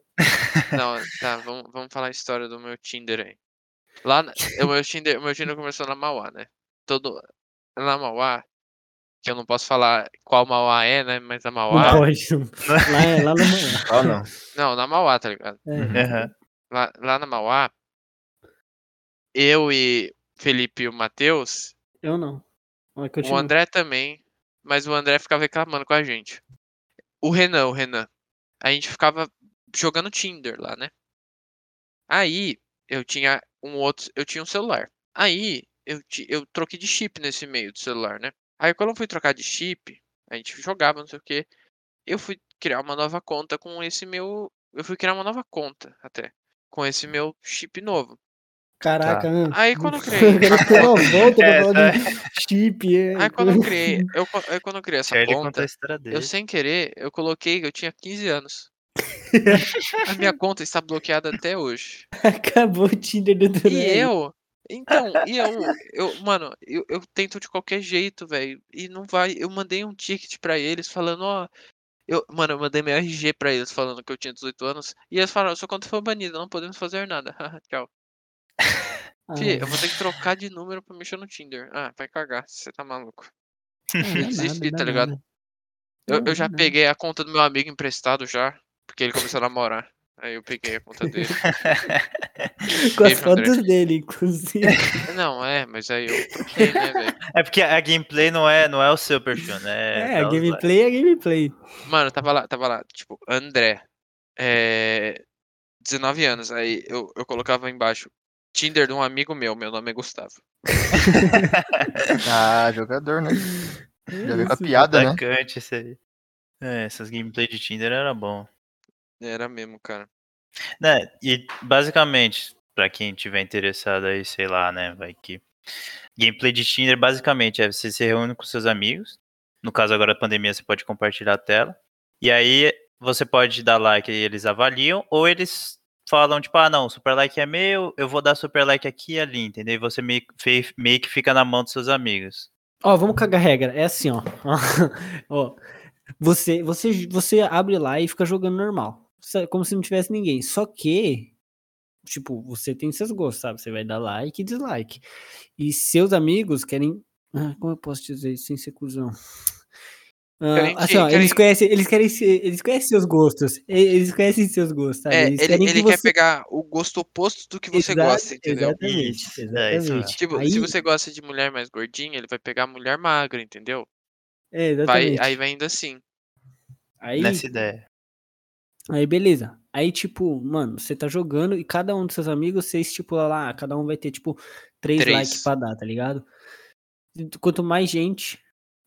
Speaker 5: Não, tá, vamos, vamos falar a história do meu Tinder aí. Lá, na- o meu Tinder, o meu Tinder começou na Mauá, né? Todo na Mauá, que eu não posso falar qual Mauá é, né? Mas na Mauá,
Speaker 1: Não pode. não. Lá, é- lá no
Speaker 4: Ah, não.
Speaker 5: não, na Mauá, tá ligado?
Speaker 1: é.
Speaker 2: Aham.
Speaker 5: Lá, lá na Mauá, eu e Felipe e o Matheus,
Speaker 1: Eu não. Mas
Speaker 5: o
Speaker 1: continua.
Speaker 5: André também, mas o André ficava reclamando com a gente. O Renan, o Renan, a gente ficava jogando Tinder lá, né? Aí eu tinha um outro, eu tinha um celular. Aí eu, ti- eu troquei de chip nesse meio do celular, né? Aí quando eu fui trocar de chip, a gente jogava, não sei o quê. Eu fui criar uma nova conta com esse meu, eu fui criar uma nova conta até com esse meu chip novo.
Speaker 1: Caraca, Ana.
Speaker 5: Aí quando eu criei,
Speaker 1: Agora que eu não volto pra
Speaker 2: É,
Speaker 1: falar de chip. É.
Speaker 5: aí quando eu criei, eu, co- aí quando eu criei essa
Speaker 2: Charlie conta
Speaker 5: conta,
Speaker 2: é a história dele.
Speaker 5: eu sem querer, eu coloquei que eu tinha 15 anos. a minha conta está bloqueada até hoje.
Speaker 1: Acabou o Tinder do Duran.
Speaker 5: E eu? Então, e eu, eu mano, eu, eu tento de qualquer jeito, velho. E não vai. Eu mandei um ticket pra eles falando, ó. Eu, mano, eu mandei meu RG pra eles falando que eu tinha 18 anos. E eles falaram, sua conta foi banida, não podemos fazer nada. Haha, Tchau.
Speaker 1: Ah,
Speaker 5: Fih, eu vou ter que trocar de número pra mexer no Tinder. Ah, vai cagar, você tá maluco.
Speaker 1: não, não é
Speaker 5: desisti,
Speaker 1: nada,
Speaker 5: tá
Speaker 1: não é
Speaker 5: ligado?
Speaker 1: nada.
Speaker 5: Eu,
Speaker 1: Não,
Speaker 5: eu
Speaker 1: não é
Speaker 5: já
Speaker 1: nada.
Speaker 5: peguei a conta do meu amigo emprestado já, porque ele começou a namorar. Aí eu peguei a conta dele.
Speaker 1: Com as
Speaker 5: Beijo, André.
Speaker 1: fotos dele, inclusive.
Speaker 5: Não, é, mas aí eu troquei, né, velho?
Speaker 2: É porque a gameplay não é, não é o seu perfil, né?
Speaker 1: É, a
Speaker 2: Tá,
Speaker 1: gameplay é gameplay.
Speaker 5: Mano, tava lá, tava lá, tipo, André, é, 19 anos, aí eu, eu colocava embaixo Tinder de um amigo meu, meu nome é Gustavo.
Speaker 4: Ah, jogador, né? Já veio com a
Speaker 1: Isso.
Speaker 4: piada, né?
Speaker 2: Atacante esse aí. É, essas gameplays de Tinder era bom.
Speaker 5: Era mesmo, cara.
Speaker 2: Né, e basicamente, pra quem tiver interessado aí, sei lá, né, vai que gameplay de Tinder basicamente é você se reúne com seus amigos. No caso agora da pandemia, você pode compartilhar a tela. E aí você pode dar like e eles avaliam ou eles falam tipo, ah, não, super like é meu, eu vou dar super like aqui e ali, entendeu? E você meio, que fe- meio que fica na mão dos seus amigos.
Speaker 1: Ó, vamos cagar a regra. É assim, ó. ó você, você, você abre lá e fica jogando normal. sa- Como se não tivesse ninguém. Só que, tipo, você tem seus gostos, sabe? Você vai dar like e dislike. E seus amigos querem. Ah, Como eu posso dizer isso sem ser cuzão? Ah,
Speaker 5: Querem te-
Speaker 1: assim, ó,
Speaker 5: querem-
Speaker 1: eles conhecem, eles querem ser- eles conhecem seus gostos. E- Eles conhecem seus gostos, sabe?
Speaker 5: É,
Speaker 1: eles
Speaker 5: ele,
Speaker 1: querem que
Speaker 5: ele quer
Speaker 1: você-
Speaker 5: pegar o gosto oposto do que você
Speaker 1: Exa-
Speaker 5: gosta, entendeu?
Speaker 1: Exatamente,
Speaker 2: Isso, é isso mesmo.
Speaker 1: exatamente.
Speaker 5: Tipo,
Speaker 1: Aí-
Speaker 5: se você gosta de mulher mais gordinha, ele vai pegar a mulher magra, entendeu?
Speaker 1: é,
Speaker 5: Vai,
Speaker 1: exatamente.
Speaker 5: aí vai indo assim.
Speaker 1: Aí-
Speaker 2: Nessa ideia.
Speaker 1: Aí beleza. Aí, tipo, mano, você tá jogando e cada um dos seus amigos, você estipula lá, cada um vai ter, tipo, três,
Speaker 5: Três.
Speaker 1: likes pra dar, tá ligado? E Quanto mais gente,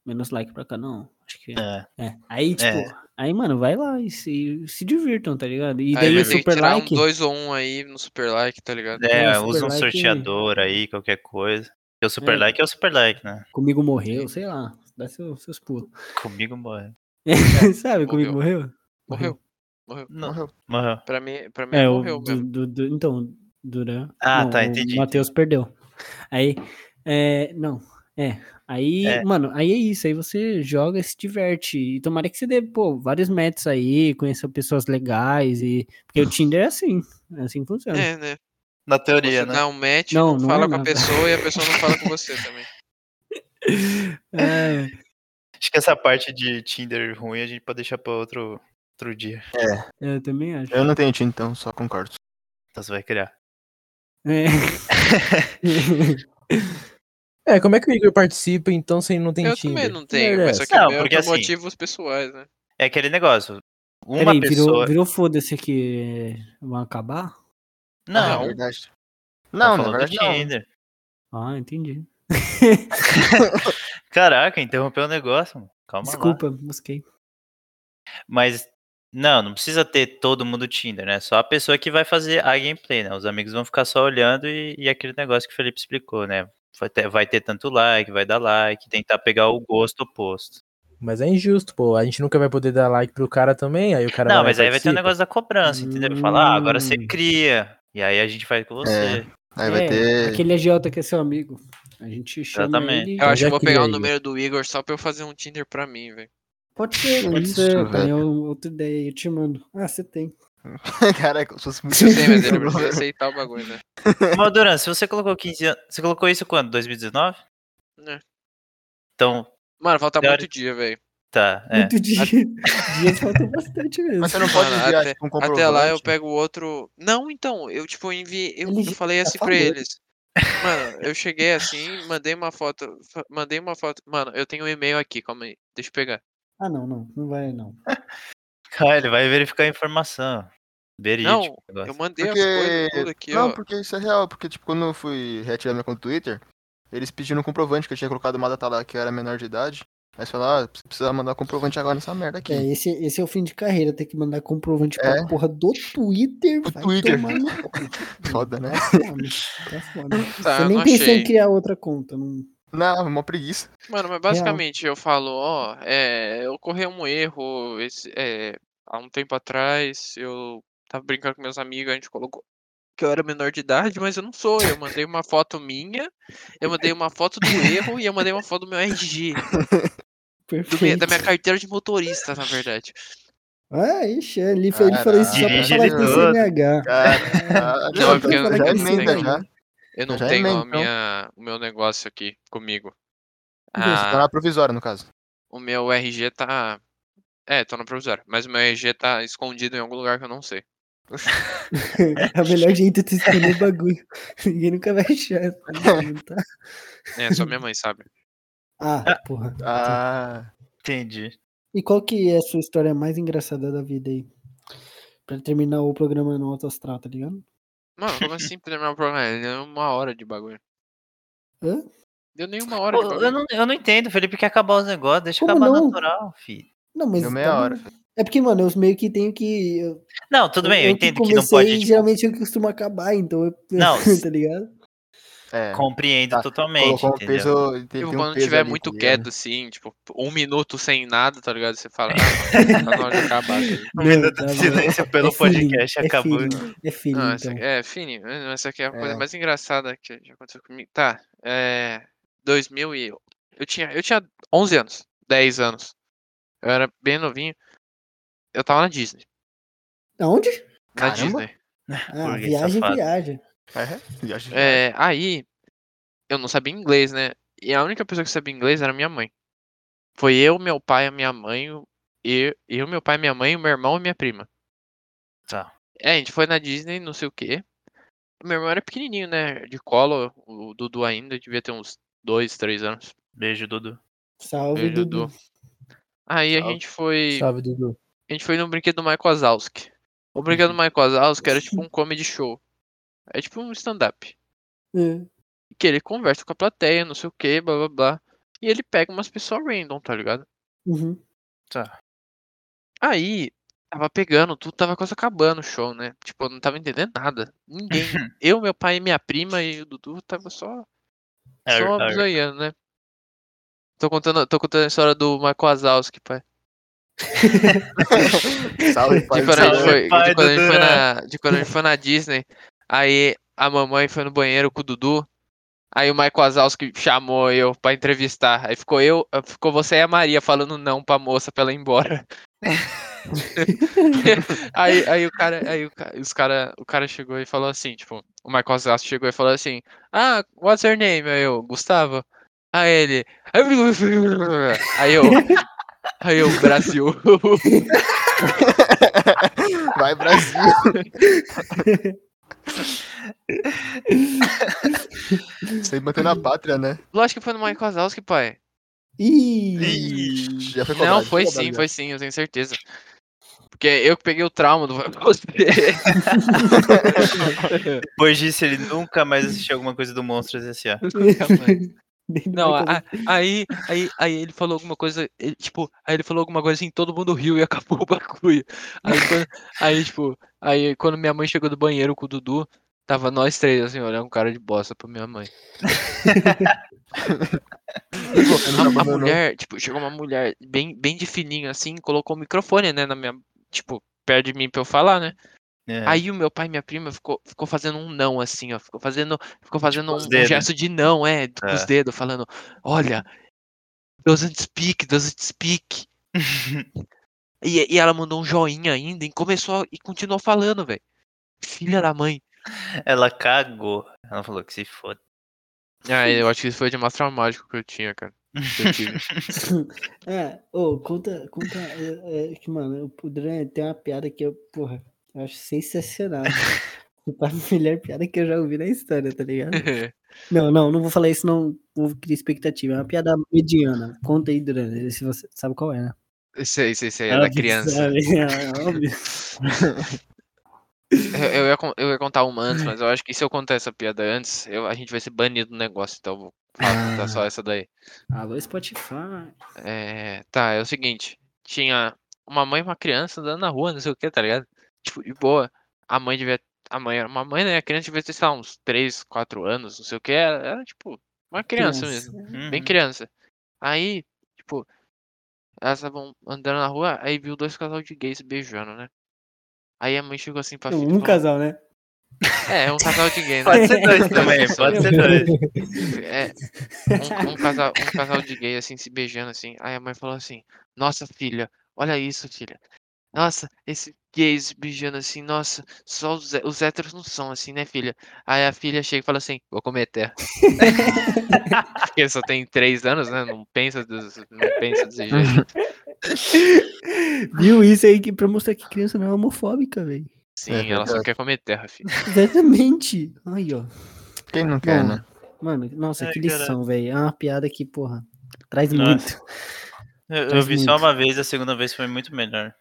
Speaker 1: menos like pra cada um. Acho que é.
Speaker 2: É.
Speaker 1: Aí, tipo,
Speaker 2: É.
Speaker 1: aí, mano, vai lá e se, se divirtam, tá ligado? E
Speaker 5: aí
Speaker 1: daí
Speaker 5: vai
Speaker 1: o
Speaker 5: ter que
Speaker 1: super
Speaker 5: tirar
Speaker 1: like.
Speaker 5: um dois ou um aí no super like, tá ligado?
Speaker 2: É,
Speaker 1: um
Speaker 2: usa um
Speaker 1: super like-
Speaker 2: sorteador aí, qualquer coisa. Porque o super
Speaker 1: É.
Speaker 2: like é o super like, né?
Speaker 1: Comigo morreu, sei lá. Dá seu- seus pulos.
Speaker 2: Comigo morre.
Speaker 1: Sabe, comigo morreu?
Speaker 5: Morreu.
Speaker 2: Não,
Speaker 4: Morreu.
Speaker 2: morreu.
Speaker 5: Pra mim, pra mim
Speaker 1: É, o
Speaker 5: morreu
Speaker 1: du-
Speaker 5: mesmo.
Speaker 1: du- du- então, Duran.
Speaker 2: Ah,
Speaker 1: não,
Speaker 2: tá,
Speaker 1: o
Speaker 2: entendi.
Speaker 1: Matheus perdeu. Aí, é, não, é. Aí,
Speaker 2: É.
Speaker 1: mano, aí é isso. Aí você joga e se diverte. E tomara que você dê, pô, vários metros aí, conheça pessoas legais. e Porque o Tinder é assim. É assim que funciona.
Speaker 5: É, né?
Speaker 2: Na teoria,
Speaker 5: Você
Speaker 2: né?
Speaker 5: dá um match,
Speaker 1: Não,
Speaker 5: não,
Speaker 1: não
Speaker 5: fala
Speaker 1: é
Speaker 5: com a
Speaker 1: nada.
Speaker 5: pessoa e a pessoa não fala com você também.
Speaker 1: É,
Speaker 2: Acho que essa parte de Tinder ruim a gente pode deixar pra outro, outro dia.
Speaker 1: é, eu também acho.
Speaker 4: Eu não tenho Tinder, então, só concordo.
Speaker 2: Então você vai criar.
Speaker 1: É.
Speaker 3: É, como é que o Igor participa então se ele não tem
Speaker 5: eu
Speaker 3: Tinder?
Speaker 5: também não
Speaker 3: Que merda
Speaker 5: tenho,
Speaker 3: é
Speaker 5: mas só
Speaker 3: essa?
Speaker 5: que
Speaker 2: Não,
Speaker 5: o meu é
Speaker 2: porque
Speaker 5: por
Speaker 2: assim-
Speaker 5: motivos pessoais, né?
Speaker 2: É aquele negócio. Uma
Speaker 1: Peraí, virou,
Speaker 2: pessoa.
Speaker 1: virou foda-se aqui. é, Vão acabar?
Speaker 4: Ah,
Speaker 2: Não,
Speaker 4: é
Speaker 2: tá
Speaker 4: verdade. Não,
Speaker 2: falando
Speaker 4: na
Speaker 2: do
Speaker 4: verdade não.
Speaker 2: Tinder.
Speaker 1: Ah, entendi.
Speaker 2: Caraca, interrompeu o negócio, mano. Calma lá.
Speaker 1: Desculpa, busquei.
Speaker 2: Mas, não, não precisa ter todo mundo Tinder, né? Só a pessoa que vai fazer a gameplay, né? Os amigos vão ficar só olhando e, e aquele negócio que o Felipe explicou, né? Vai ter, vai ter tanto like, vai dar like, tentar pegar o gosto oposto.
Speaker 3: Mas é injusto, pô. A gente nunca vai poder dar like pro cara também, aí o cara
Speaker 2: não,
Speaker 3: vai
Speaker 2: mas aí vai ter o
Speaker 3: participar.
Speaker 2: negócio da cobrança, entendeu? Falar, ah, agora você
Speaker 1: Hum.
Speaker 2: cria. E aí a gente faz com você.
Speaker 4: Aí vai
Speaker 1: É,
Speaker 4: ter.
Speaker 1: Aquele agiota que é seu amigo. A gente chama
Speaker 2: Exatamente.
Speaker 1: ele.
Speaker 5: Eu acho que
Speaker 3: já
Speaker 5: eu vou
Speaker 3: queria
Speaker 5: pegar o
Speaker 3: aí.
Speaker 5: número do Igor só pra eu fazer um Tinder pra mim, velho.
Speaker 1: Pode ser, pode
Speaker 4: Isso,
Speaker 1: ser.
Speaker 4: velho.
Speaker 1: Tem um- outra ideia aí, eu te mando. Ah, você tem.
Speaker 4: Caraca, é se fosse muito
Speaker 5: Eu sei, mas ele precisa aceitar o bagulho, né?
Speaker 2: Mas, Duran, se você colocou 15 anos. Você colocou isso quando? 2019?
Speaker 5: É.
Speaker 2: Então,
Speaker 5: Mano, falta
Speaker 2: Teori-
Speaker 5: muito dia, velho.
Speaker 2: tá. É.
Speaker 1: Muito dia. Dias falta bastante mesmo.
Speaker 4: Mas você não pode
Speaker 5: Mano,
Speaker 4: enviar
Speaker 5: até-
Speaker 4: tipo, um
Speaker 5: Até lá eu
Speaker 4: comprovante.
Speaker 5: pego o outro. Não, então, eu tipo, enviei. Eu,
Speaker 1: Ele
Speaker 5: eu falei
Speaker 1: já
Speaker 5: assim pra
Speaker 1: falou.
Speaker 5: eles. Mano, eu cheguei assim, mandei uma foto. fa- Mandei uma foto. Mano, eu tenho um e-mail aqui, calma aí. Deixa eu pegar.
Speaker 1: Ah, não, não. Não vai, não.
Speaker 2: Ah, ele vai verificar a informação. Verídico.
Speaker 5: Não,
Speaker 2: o negócio.
Speaker 5: Eu mandei as
Speaker 4: Porque.
Speaker 5: coisas tudo aqui,
Speaker 4: Não,
Speaker 5: ó.
Speaker 4: porque isso é real. Porque, tipo, quando eu fui reativar minha conta do Twitter, eles pediram um comprovante que eu tinha colocado uma data lá que eu era menor de idade. Aí você falaram, ah, você precisa mandar comprovante agora nessa merda aqui.
Speaker 1: É, esse, esse é o fim de carreira. Tem que mandar comprovante
Speaker 4: É.
Speaker 1: pra porra do Twitter.
Speaker 4: Do
Speaker 1: vai
Speaker 4: Twitter.
Speaker 1: tomar no cu.
Speaker 4: Foda, né?
Speaker 1: Tá foda. Tá foda.
Speaker 5: Tá,
Speaker 1: Você
Speaker 5: eu
Speaker 1: nem
Speaker 5: não
Speaker 1: pensou em
Speaker 5: achei.
Speaker 1: criar outra conta. Não...
Speaker 4: Não, é mó preguiça.
Speaker 5: Mano, mas basicamente eu falo, ó, é, ocorreu um erro esse, é, há um tempo atrás, eu tava brincando com meus amigos, a gente colocou que eu era menor de idade, mas eu não sou. Eu mandei uma foto minha, eu mandei uma foto do erro e eu mandei uma foto do meu RG, do minha-
Speaker 1: Perfeito.
Speaker 5: da minha carteira de motorista, na verdade.
Speaker 1: Ah, ixi, é, ele, fe- ele falou isso só pra
Speaker 2: Caralho.
Speaker 1: falar que tem
Speaker 4: Dirige
Speaker 1: CNH.
Speaker 4: Cara,
Speaker 5: Não, é porque eu
Speaker 4: já
Speaker 5: não sei
Speaker 4: emenda
Speaker 5: como.
Speaker 4: já.
Speaker 5: Eu não
Speaker 4: Já
Speaker 5: tenho a
Speaker 4: emenda, então.
Speaker 5: minha, o meu negócio aqui comigo.
Speaker 4: Você tá
Speaker 5: Ah,
Speaker 4: na provisória, no caso.
Speaker 5: o meu RG tá. É, tô na provisória, mas o meu RG tá escondido em algum lugar que eu não sei.
Speaker 1: É o melhor jeito de esconder o bagulho. Ninguém nunca vai achar. essa merda, tá?
Speaker 5: É, só minha mãe sabe.
Speaker 1: Ah, porra.
Speaker 4: Ah,
Speaker 2: Entendi.
Speaker 1: E qual que é a sua história mais engraçada da vida aí? Pra terminar o programa no alto astral, tá ligado?
Speaker 5: Mano, como assim pra terminar o programa? Ele deu uma hora de bagulho.
Speaker 1: Hã?
Speaker 5: Deu nem uma hora de
Speaker 2: Pô,
Speaker 5: bagulho.
Speaker 2: eu, não, eu não entendo, Felipe quer acabar os negócios, deixa
Speaker 1: Como
Speaker 2: acabar
Speaker 1: não?
Speaker 2: natural, filho.
Speaker 1: Não, mas.
Speaker 4: Deu meia
Speaker 1: tá-
Speaker 4: hora. filho.
Speaker 1: É porque, mano, eu meio que tenho que. Eu,
Speaker 2: Não, tudo bem, eu, entendo que, não
Speaker 1: comecei,
Speaker 2: pode. tipo,
Speaker 1: Geralmente eu costumo acabar, então eu.
Speaker 2: Não,
Speaker 1: tá ligado?
Speaker 4: É.
Speaker 2: Compreendo
Speaker 4: Tá,
Speaker 2: totalmente.
Speaker 4: Colocou um
Speaker 2: entendeu?
Speaker 4: peso. Tem, tem
Speaker 5: Tipo,
Speaker 4: um
Speaker 5: quando
Speaker 4: peso
Speaker 5: tiver
Speaker 4: ali, tá
Speaker 5: muito
Speaker 4: ligado?
Speaker 5: quieto, assim, tipo, um minuto sem nada, tá ligado? Você fala, ah, tá na hora de acabar. tá ligado?
Speaker 2: Um
Speaker 1: Não,
Speaker 2: minuto
Speaker 1: tá
Speaker 2: de
Speaker 1: bom.
Speaker 2: silêncio pelo
Speaker 1: É feeling,
Speaker 2: podcast
Speaker 1: é
Speaker 2: acabou.
Speaker 1: feeling, É filho,
Speaker 5: Não, essa,
Speaker 1: então.
Speaker 5: é, Fini, mas essa aqui é a coisa
Speaker 4: É.
Speaker 5: mais engraçada que já aconteceu comigo. Tá, é. 2000 e. Eu tinha, eu tinha 11 anos, 10 anos. Eu era bem novinho. Eu tava na Disney.
Speaker 1: Aonde?
Speaker 5: Na
Speaker 4: Caramba.
Speaker 5: Disney.
Speaker 1: Ah,
Speaker 2: Burguês
Speaker 1: viagem,
Speaker 2: safado.
Speaker 1: viagem.
Speaker 4: É, e acho que-
Speaker 5: É, aí, eu não sabia inglês, né? E a única pessoa que sabia inglês era minha mãe. Foi eu, meu pai, a minha mãe, o- eu, eu, meu pai, minha mãe, o meu irmão e minha prima.
Speaker 2: Tá.
Speaker 5: É, a gente foi na Disney, não sei o quê. Meu irmão era pequenininho, né? De colo, o Dudu ainda, devia ter uns dois, três anos.
Speaker 2: Beijo, Dudu.
Speaker 1: Salve,
Speaker 5: Beijo,
Speaker 1: Dudu.
Speaker 5: Dudu. Aí a
Speaker 4: Salve.
Speaker 5: gente foi.
Speaker 3: Salve, Dudu.
Speaker 5: A gente foi no brinquedo do Michael Wazowski. O brinquedo do Michael Wazowski era tipo um comedy show. É tipo um stand-up.
Speaker 1: É.
Speaker 5: Que ele conversa com a plateia, não sei o que, blá blá blá. E ele pega umas pessoas random, tá ligado?
Speaker 1: Uhum.
Speaker 5: Aí, tava pegando, tudo tava quase acabando o show, né? Tipo, eu não tava entendendo nada. Ninguém. Eu, meu pai, minha prima e o Dudu tava só,
Speaker 2: Arr,
Speaker 5: só
Speaker 2: arr.
Speaker 5: zoiando, né? Tô contando, tô contando a história do Michael Wazowski, pai.
Speaker 4: Salve, pai.
Speaker 5: de quando, a gente
Speaker 2: Salve,
Speaker 5: É. Tipo, foi,
Speaker 2: pai
Speaker 5: de quando a gente
Speaker 2: Dudu.
Speaker 5: foi na, de quando a gente foi na Disney, aí a mamãe foi no banheiro com o Dudu, aí o Michael Wazowski chamou eu pra entrevistar, aí ficou eu, ficou você e a Maria falando não pra moça pra ela ir embora. aí, aí o cara, aí o, ca- os cara, o cara chegou e falou assim, tipo, o Michael Wazowski chegou e falou assim, ah, what's your name? Aí eu, Gustavo. Aí ele, aí eu, aí eu, Brasil.
Speaker 4: Vai, Brasil. Sempre mantendo a pátria, né?
Speaker 5: Lógico que foi no Michael Wazowski, pai.
Speaker 1: Ih,
Speaker 4: Já foi
Speaker 5: Não,
Speaker 4: cobrado,
Speaker 5: foi né?
Speaker 4: cobrado
Speaker 5: sim,
Speaker 4: já.
Speaker 5: foi sim, eu tenho certeza. Porque eu que peguei o trauma do Você.
Speaker 2: Depois disso, ele nunca mais assistiu alguma coisa do Monstros S.A.
Speaker 1: nem
Speaker 5: Não,
Speaker 1: vai
Speaker 5: a- aí, aí, aí ele falou alguma coisa, ele, tipo, aí ele falou alguma coisa assim, todo mundo riu e acabou o bagulho. Aí, quando, aí, tipo, aí quando minha mãe chegou do banheiro com o Dudu, tava nós três, assim, olhando um cara de bosta pra minha mãe.
Speaker 4: Eu não
Speaker 5: A, a
Speaker 4: abandonou.
Speaker 5: mulher, tipo, chegou uma mulher bem, bem de fininho, assim, colocou o microfone, né, na minha, tipo, perto de mim pra eu falar, né?
Speaker 2: É.
Speaker 5: Aí o meu pai e minha prima ficou, ficou fazendo um não, assim, ó. Ficou fazendo, ficou fazendo
Speaker 2: os
Speaker 5: um, um
Speaker 2: dedos.
Speaker 5: gesto de não, é, com os
Speaker 2: É.
Speaker 5: dedos, falando, olha, doesn't speak, doesn't speak. e, e ela mandou um joinha ainda e começou e continuou falando, velho. Filha da mãe.
Speaker 2: É. Ela cagou. Ela falou que se foda.
Speaker 5: Ah, eu acho que isso foi de mastro mágico que eu tinha, cara. que eu tive.
Speaker 1: É, ô, conta, conta, é, é, que, mano, o Duran tem uma piada que eu, porra, eu acho sensacional. Tipo, a melhor piada que eu já ouvi na história, tá ligado? Não, não, não vou falar isso, não vou criar expectativa. É uma piada mediana. Conta aí, Duran, se você sabe qual é, né?
Speaker 5: sei, sei, sei, era
Speaker 1: Óbvio que
Speaker 5: é criança.
Speaker 1: sabe, é óbvio.
Speaker 5: Eu, eu ia, con- eu ia contar uma antes, mas eu acho que se eu contar essa piada antes, eu- a gente vai ser banido do negócio, então eu vou contar só essa daí.
Speaker 1: Alô, Spotify.
Speaker 5: É, tá, é o seguinte, tinha uma mãe e uma criança andando na rua, não sei o que, tá ligado? Tipo, de boa, a mãe devia, a mãe era uma mãe, né? A criança devia ter, sei lá, uns 3, 4 anos, não sei o que, era, era, tipo, uma criança mesmo,
Speaker 1: É,
Speaker 5: bem
Speaker 2: Uhum.
Speaker 5: criança. Aí, tipo, elas estavam andando na rua, aí viu dois casal de gays se beijando, né? Aí a mãe chegou assim pra filha e
Speaker 1: Um
Speaker 5: falou,
Speaker 1: casal, né?
Speaker 5: É, um casal de gay, né?
Speaker 2: Pode ser dois também, pode ser dois.
Speaker 5: É, um, um casal, um casal de gay, assim, se beijando, assim. Aí a mãe falou assim: Nossa, filha, olha isso, filha. Nossa, esse gay se beijando assim, nossa, só os, hé- os héteros não são assim, né, filha? Aí a filha chega e fala assim: Vou comer terra. Porque só tem três anos, né? Não pensa, dos- não pensa desse
Speaker 1: Uhum.
Speaker 5: jeito.
Speaker 1: Viu isso aí que, pra mostrar que criança não é homofóbica, velho. É
Speaker 5: Sim, ela só quer comer terra, filha.
Speaker 1: Exatamente. Aí, ó.
Speaker 4: Quem
Speaker 5: é,
Speaker 4: não quer, né?
Speaker 1: Mano, nossa,
Speaker 2: Ai,
Speaker 1: que
Speaker 2: caralho.
Speaker 1: lição, velho. É uma piada que, porra, traz
Speaker 2: Nossa.
Speaker 1: muito.
Speaker 2: Eu, eu
Speaker 1: Faz
Speaker 2: vi só
Speaker 1: muito.
Speaker 2: uma vez, a segunda vez foi muito melhor.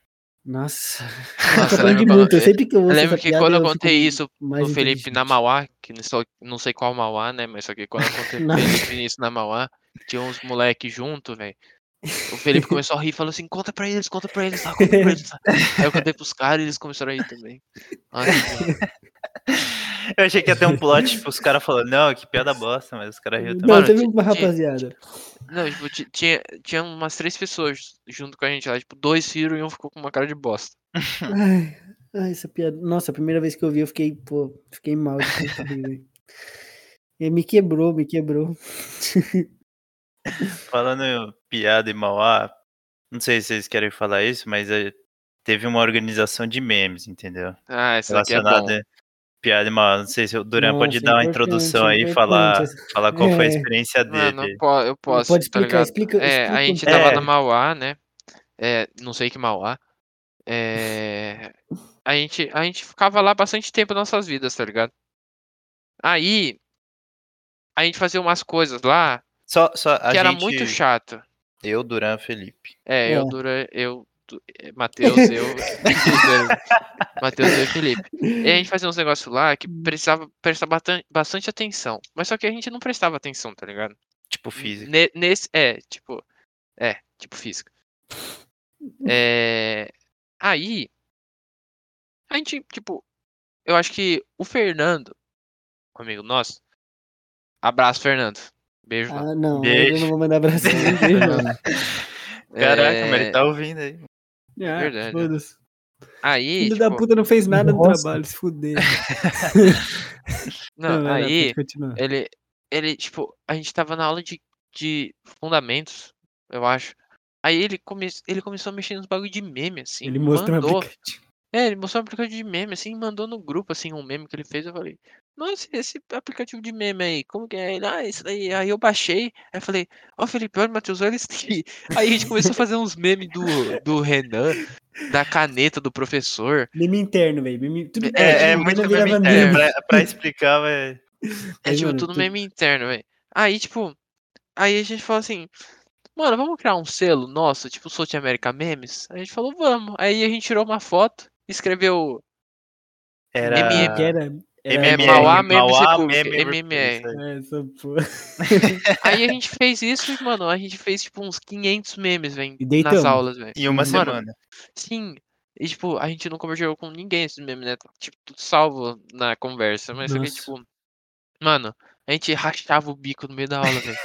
Speaker 1: Nossa.
Speaker 5: Nossa,
Speaker 1: Você
Speaker 5: eu lembro
Speaker 1: aprende
Speaker 5: quando-
Speaker 1: muito. Eu sempre que eu
Speaker 5: Eu
Speaker 1: ouço
Speaker 5: lembro
Speaker 1: essa
Speaker 5: que
Speaker 1: piada,
Speaker 5: quando eu
Speaker 1: fico
Speaker 5: contei isso
Speaker 1: mais
Speaker 5: pro Felipe na
Speaker 1: inteligente.
Speaker 5: Mauá, que não sei, não sei qual Mauá, né? Mas só que quando eu contei
Speaker 1: Não.
Speaker 5: pro Felipe isso na Mauá, tinha uns moleque junto, velho. O Felipe começou a rir e falou assim: conta pra eles, conta pra eles, lá, conta pra eles. lá." Aí eu contei pros caras e eles começaram a rir também. Nossa, mano.
Speaker 2: Eu achei que ia ter um plot, tipo, os caras falando, não, que piada bosta, mas os caras riam
Speaker 1: Não,
Speaker 2: também.
Speaker 5: Mano,
Speaker 1: teve
Speaker 5: ti-
Speaker 1: uma
Speaker 5: ti-
Speaker 1: rapaziada.
Speaker 5: não, tipo, ti- tinha, tinha umas três pessoas junto com a gente lá, tipo, dois viram e um ficou com uma cara de bosta.
Speaker 1: Ai, ai, essa piada. Nossa, a primeira vez que eu vi, eu fiquei, pô, fiquei mal de saber, velho. E Me quebrou, me quebrou.
Speaker 2: Falando em piada e Mauá, não sei se vocês querem falar isso, mas eh, teve uma organização de memes, entendeu?
Speaker 5: Ah, essa daqui é bom.
Speaker 2: Relacionada a piada e Mauá. Não sei se o Duran
Speaker 1: Nossa, é
Speaker 2: pode dar uma
Speaker 1: importante, é
Speaker 2: introdução aí e
Speaker 1: importante
Speaker 2: falar,
Speaker 1: essa-
Speaker 2: falar qual foi a
Speaker 1: É.
Speaker 2: experiência
Speaker 5: Mano, eu
Speaker 2: dele.
Speaker 5: po- eu posso,
Speaker 1: Pode
Speaker 5: tá
Speaker 1: explicar,
Speaker 5: ligado?
Speaker 1: explica,
Speaker 5: É,
Speaker 1: explica.
Speaker 5: a gente
Speaker 1: um-
Speaker 2: É.
Speaker 5: tava na Mauá, né? É, não sei que Mauá. É, a gente, a gente ficava lá bastante tempo nas nossas vidas, tá ligado? Aí, a gente fazia umas coisas lá
Speaker 2: Só, só a
Speaker 5: que era
Speaker 2: gente,
Speaker 5: muito chato.
Speaker 2: eu, Duran, Felipe.
Speaker 5: É,
Speaker 1: É.
Speaker 5: eu, Dura, eu, Du- é, Matheus, eu, Matheus, eu e Felipe. E a gente fazia uns negócios lá que precisava prestar batan- bastante atenção. Mas só que a gente não prestava atenção, tá ligado?
Speaker 2: Tipo, físico.
Speaker 5: Ne- nesse, é, tipo. É, tipo física. É, aí. A gente, tipo. Eu acho que o Fernando, um amigo nosso. Abraço, Fernando. Beijo. lá.
Speaker 1: Ah, não, eu
Speaker 2: Beijo.
Speaker 1: não vou mandar abraço pra ninguém, mano.
Speaker 2: Caraca,
Speaker 5: É,
Speaker 2: mas ele tá ouvindo aí.
Speaker 1: Ah,
Speaker 5: Verdade.
Speaker 1: foda-se.
Speaker 5: Aí.
Speaker 1: Filho da
Speaker 5: tipo,
Speaker 1: puta não fez nada no
Speaker 3: Nossa.
Speaker 1: trabalho, se fuder. vai
Speaker 5: não,
Speaker 1: lá,
Speaker 5: aí. assim,
Speaker 1: pode continuar.
Speaker 5: Ele, ele, tipo, a gente tava na aula de, de fundamentos, eu acho. Aí ele, come, ele começou a mexer nos bagulho de meme, assim.
Speaker 1: Ele mostrou
Speaker 5: mandou.
Speaker 1: um aplicativo.
Speaker 5: É, ele mostrou um aplicativo de meme, assim, e mandou no grupo, assim, um meme que ele fez. Eu falei, nossa, esse aplicativo de meme aí, como que é? Ele, ah, isso daí. Aí eu baixei, aí eu falei, ó, Felipe, olha, Matheus, olha isso aqui. Aí a gente começou a fazer uns memes do, do Renan, da caneta do professor.
Speaker 1: Meme interno, velho. Meme... Tudo
Speaker 5: É,
Speaker 1: interno,
Speaker 2: É, é
Speaker 1: não
Speaker 2: muito
Speaker 1: virava
Speaker 2: meme. É,
Speaker 1: meme.
Speaker 2: pra, pra explicar, vai.
Speaker 5: É,
Speaker 1: Aí,
Speaker 5: tipo,
Speaker 1: mano,
Speaker 5: tudo
Speaker 1: tu-
Speaker 5: meme interno, velho. Aí, tipo, aí a gente falou assim, mano, vamos criar um selo nosso, tipo, South America Memes? A gente falou, vamos. Aí a gente tirou uma foto, escreveu
Speaker 2: Era.
Speaker 5: MM.
Speaker 1: Que era... era-
Speaker 2: MMR,
Speaker 5: Mauá Memes
Speaker 2: Mauá
Speaker 5: República,
Speaker 2: Memes República,
Speaker 5: MMR.
Speaker 2: isso aí.
Speaker 1: É, essa porra.
Speaker 5: Aí a gente fez isso e, mano, a gente fez, tipo, uns 500 memes, velho,
Speaker 1: E
Speaker 5: nas
Speaker 1: deitamos.
Speaker 5: aulas, velho.
Speaker 2: Em uma
Speaker 5: Mano,
Speaker 2: semana.
Speaker 5: Sim. E, tipo, a gente não conversou com ninguém esses memes, né? Tá, Tipo, tudo salvo na conversa. Mas só que,
Speaker 1: Nossa.
Speaker 5: tipo, mano, a gente rachava o bico no meio da aula, velho.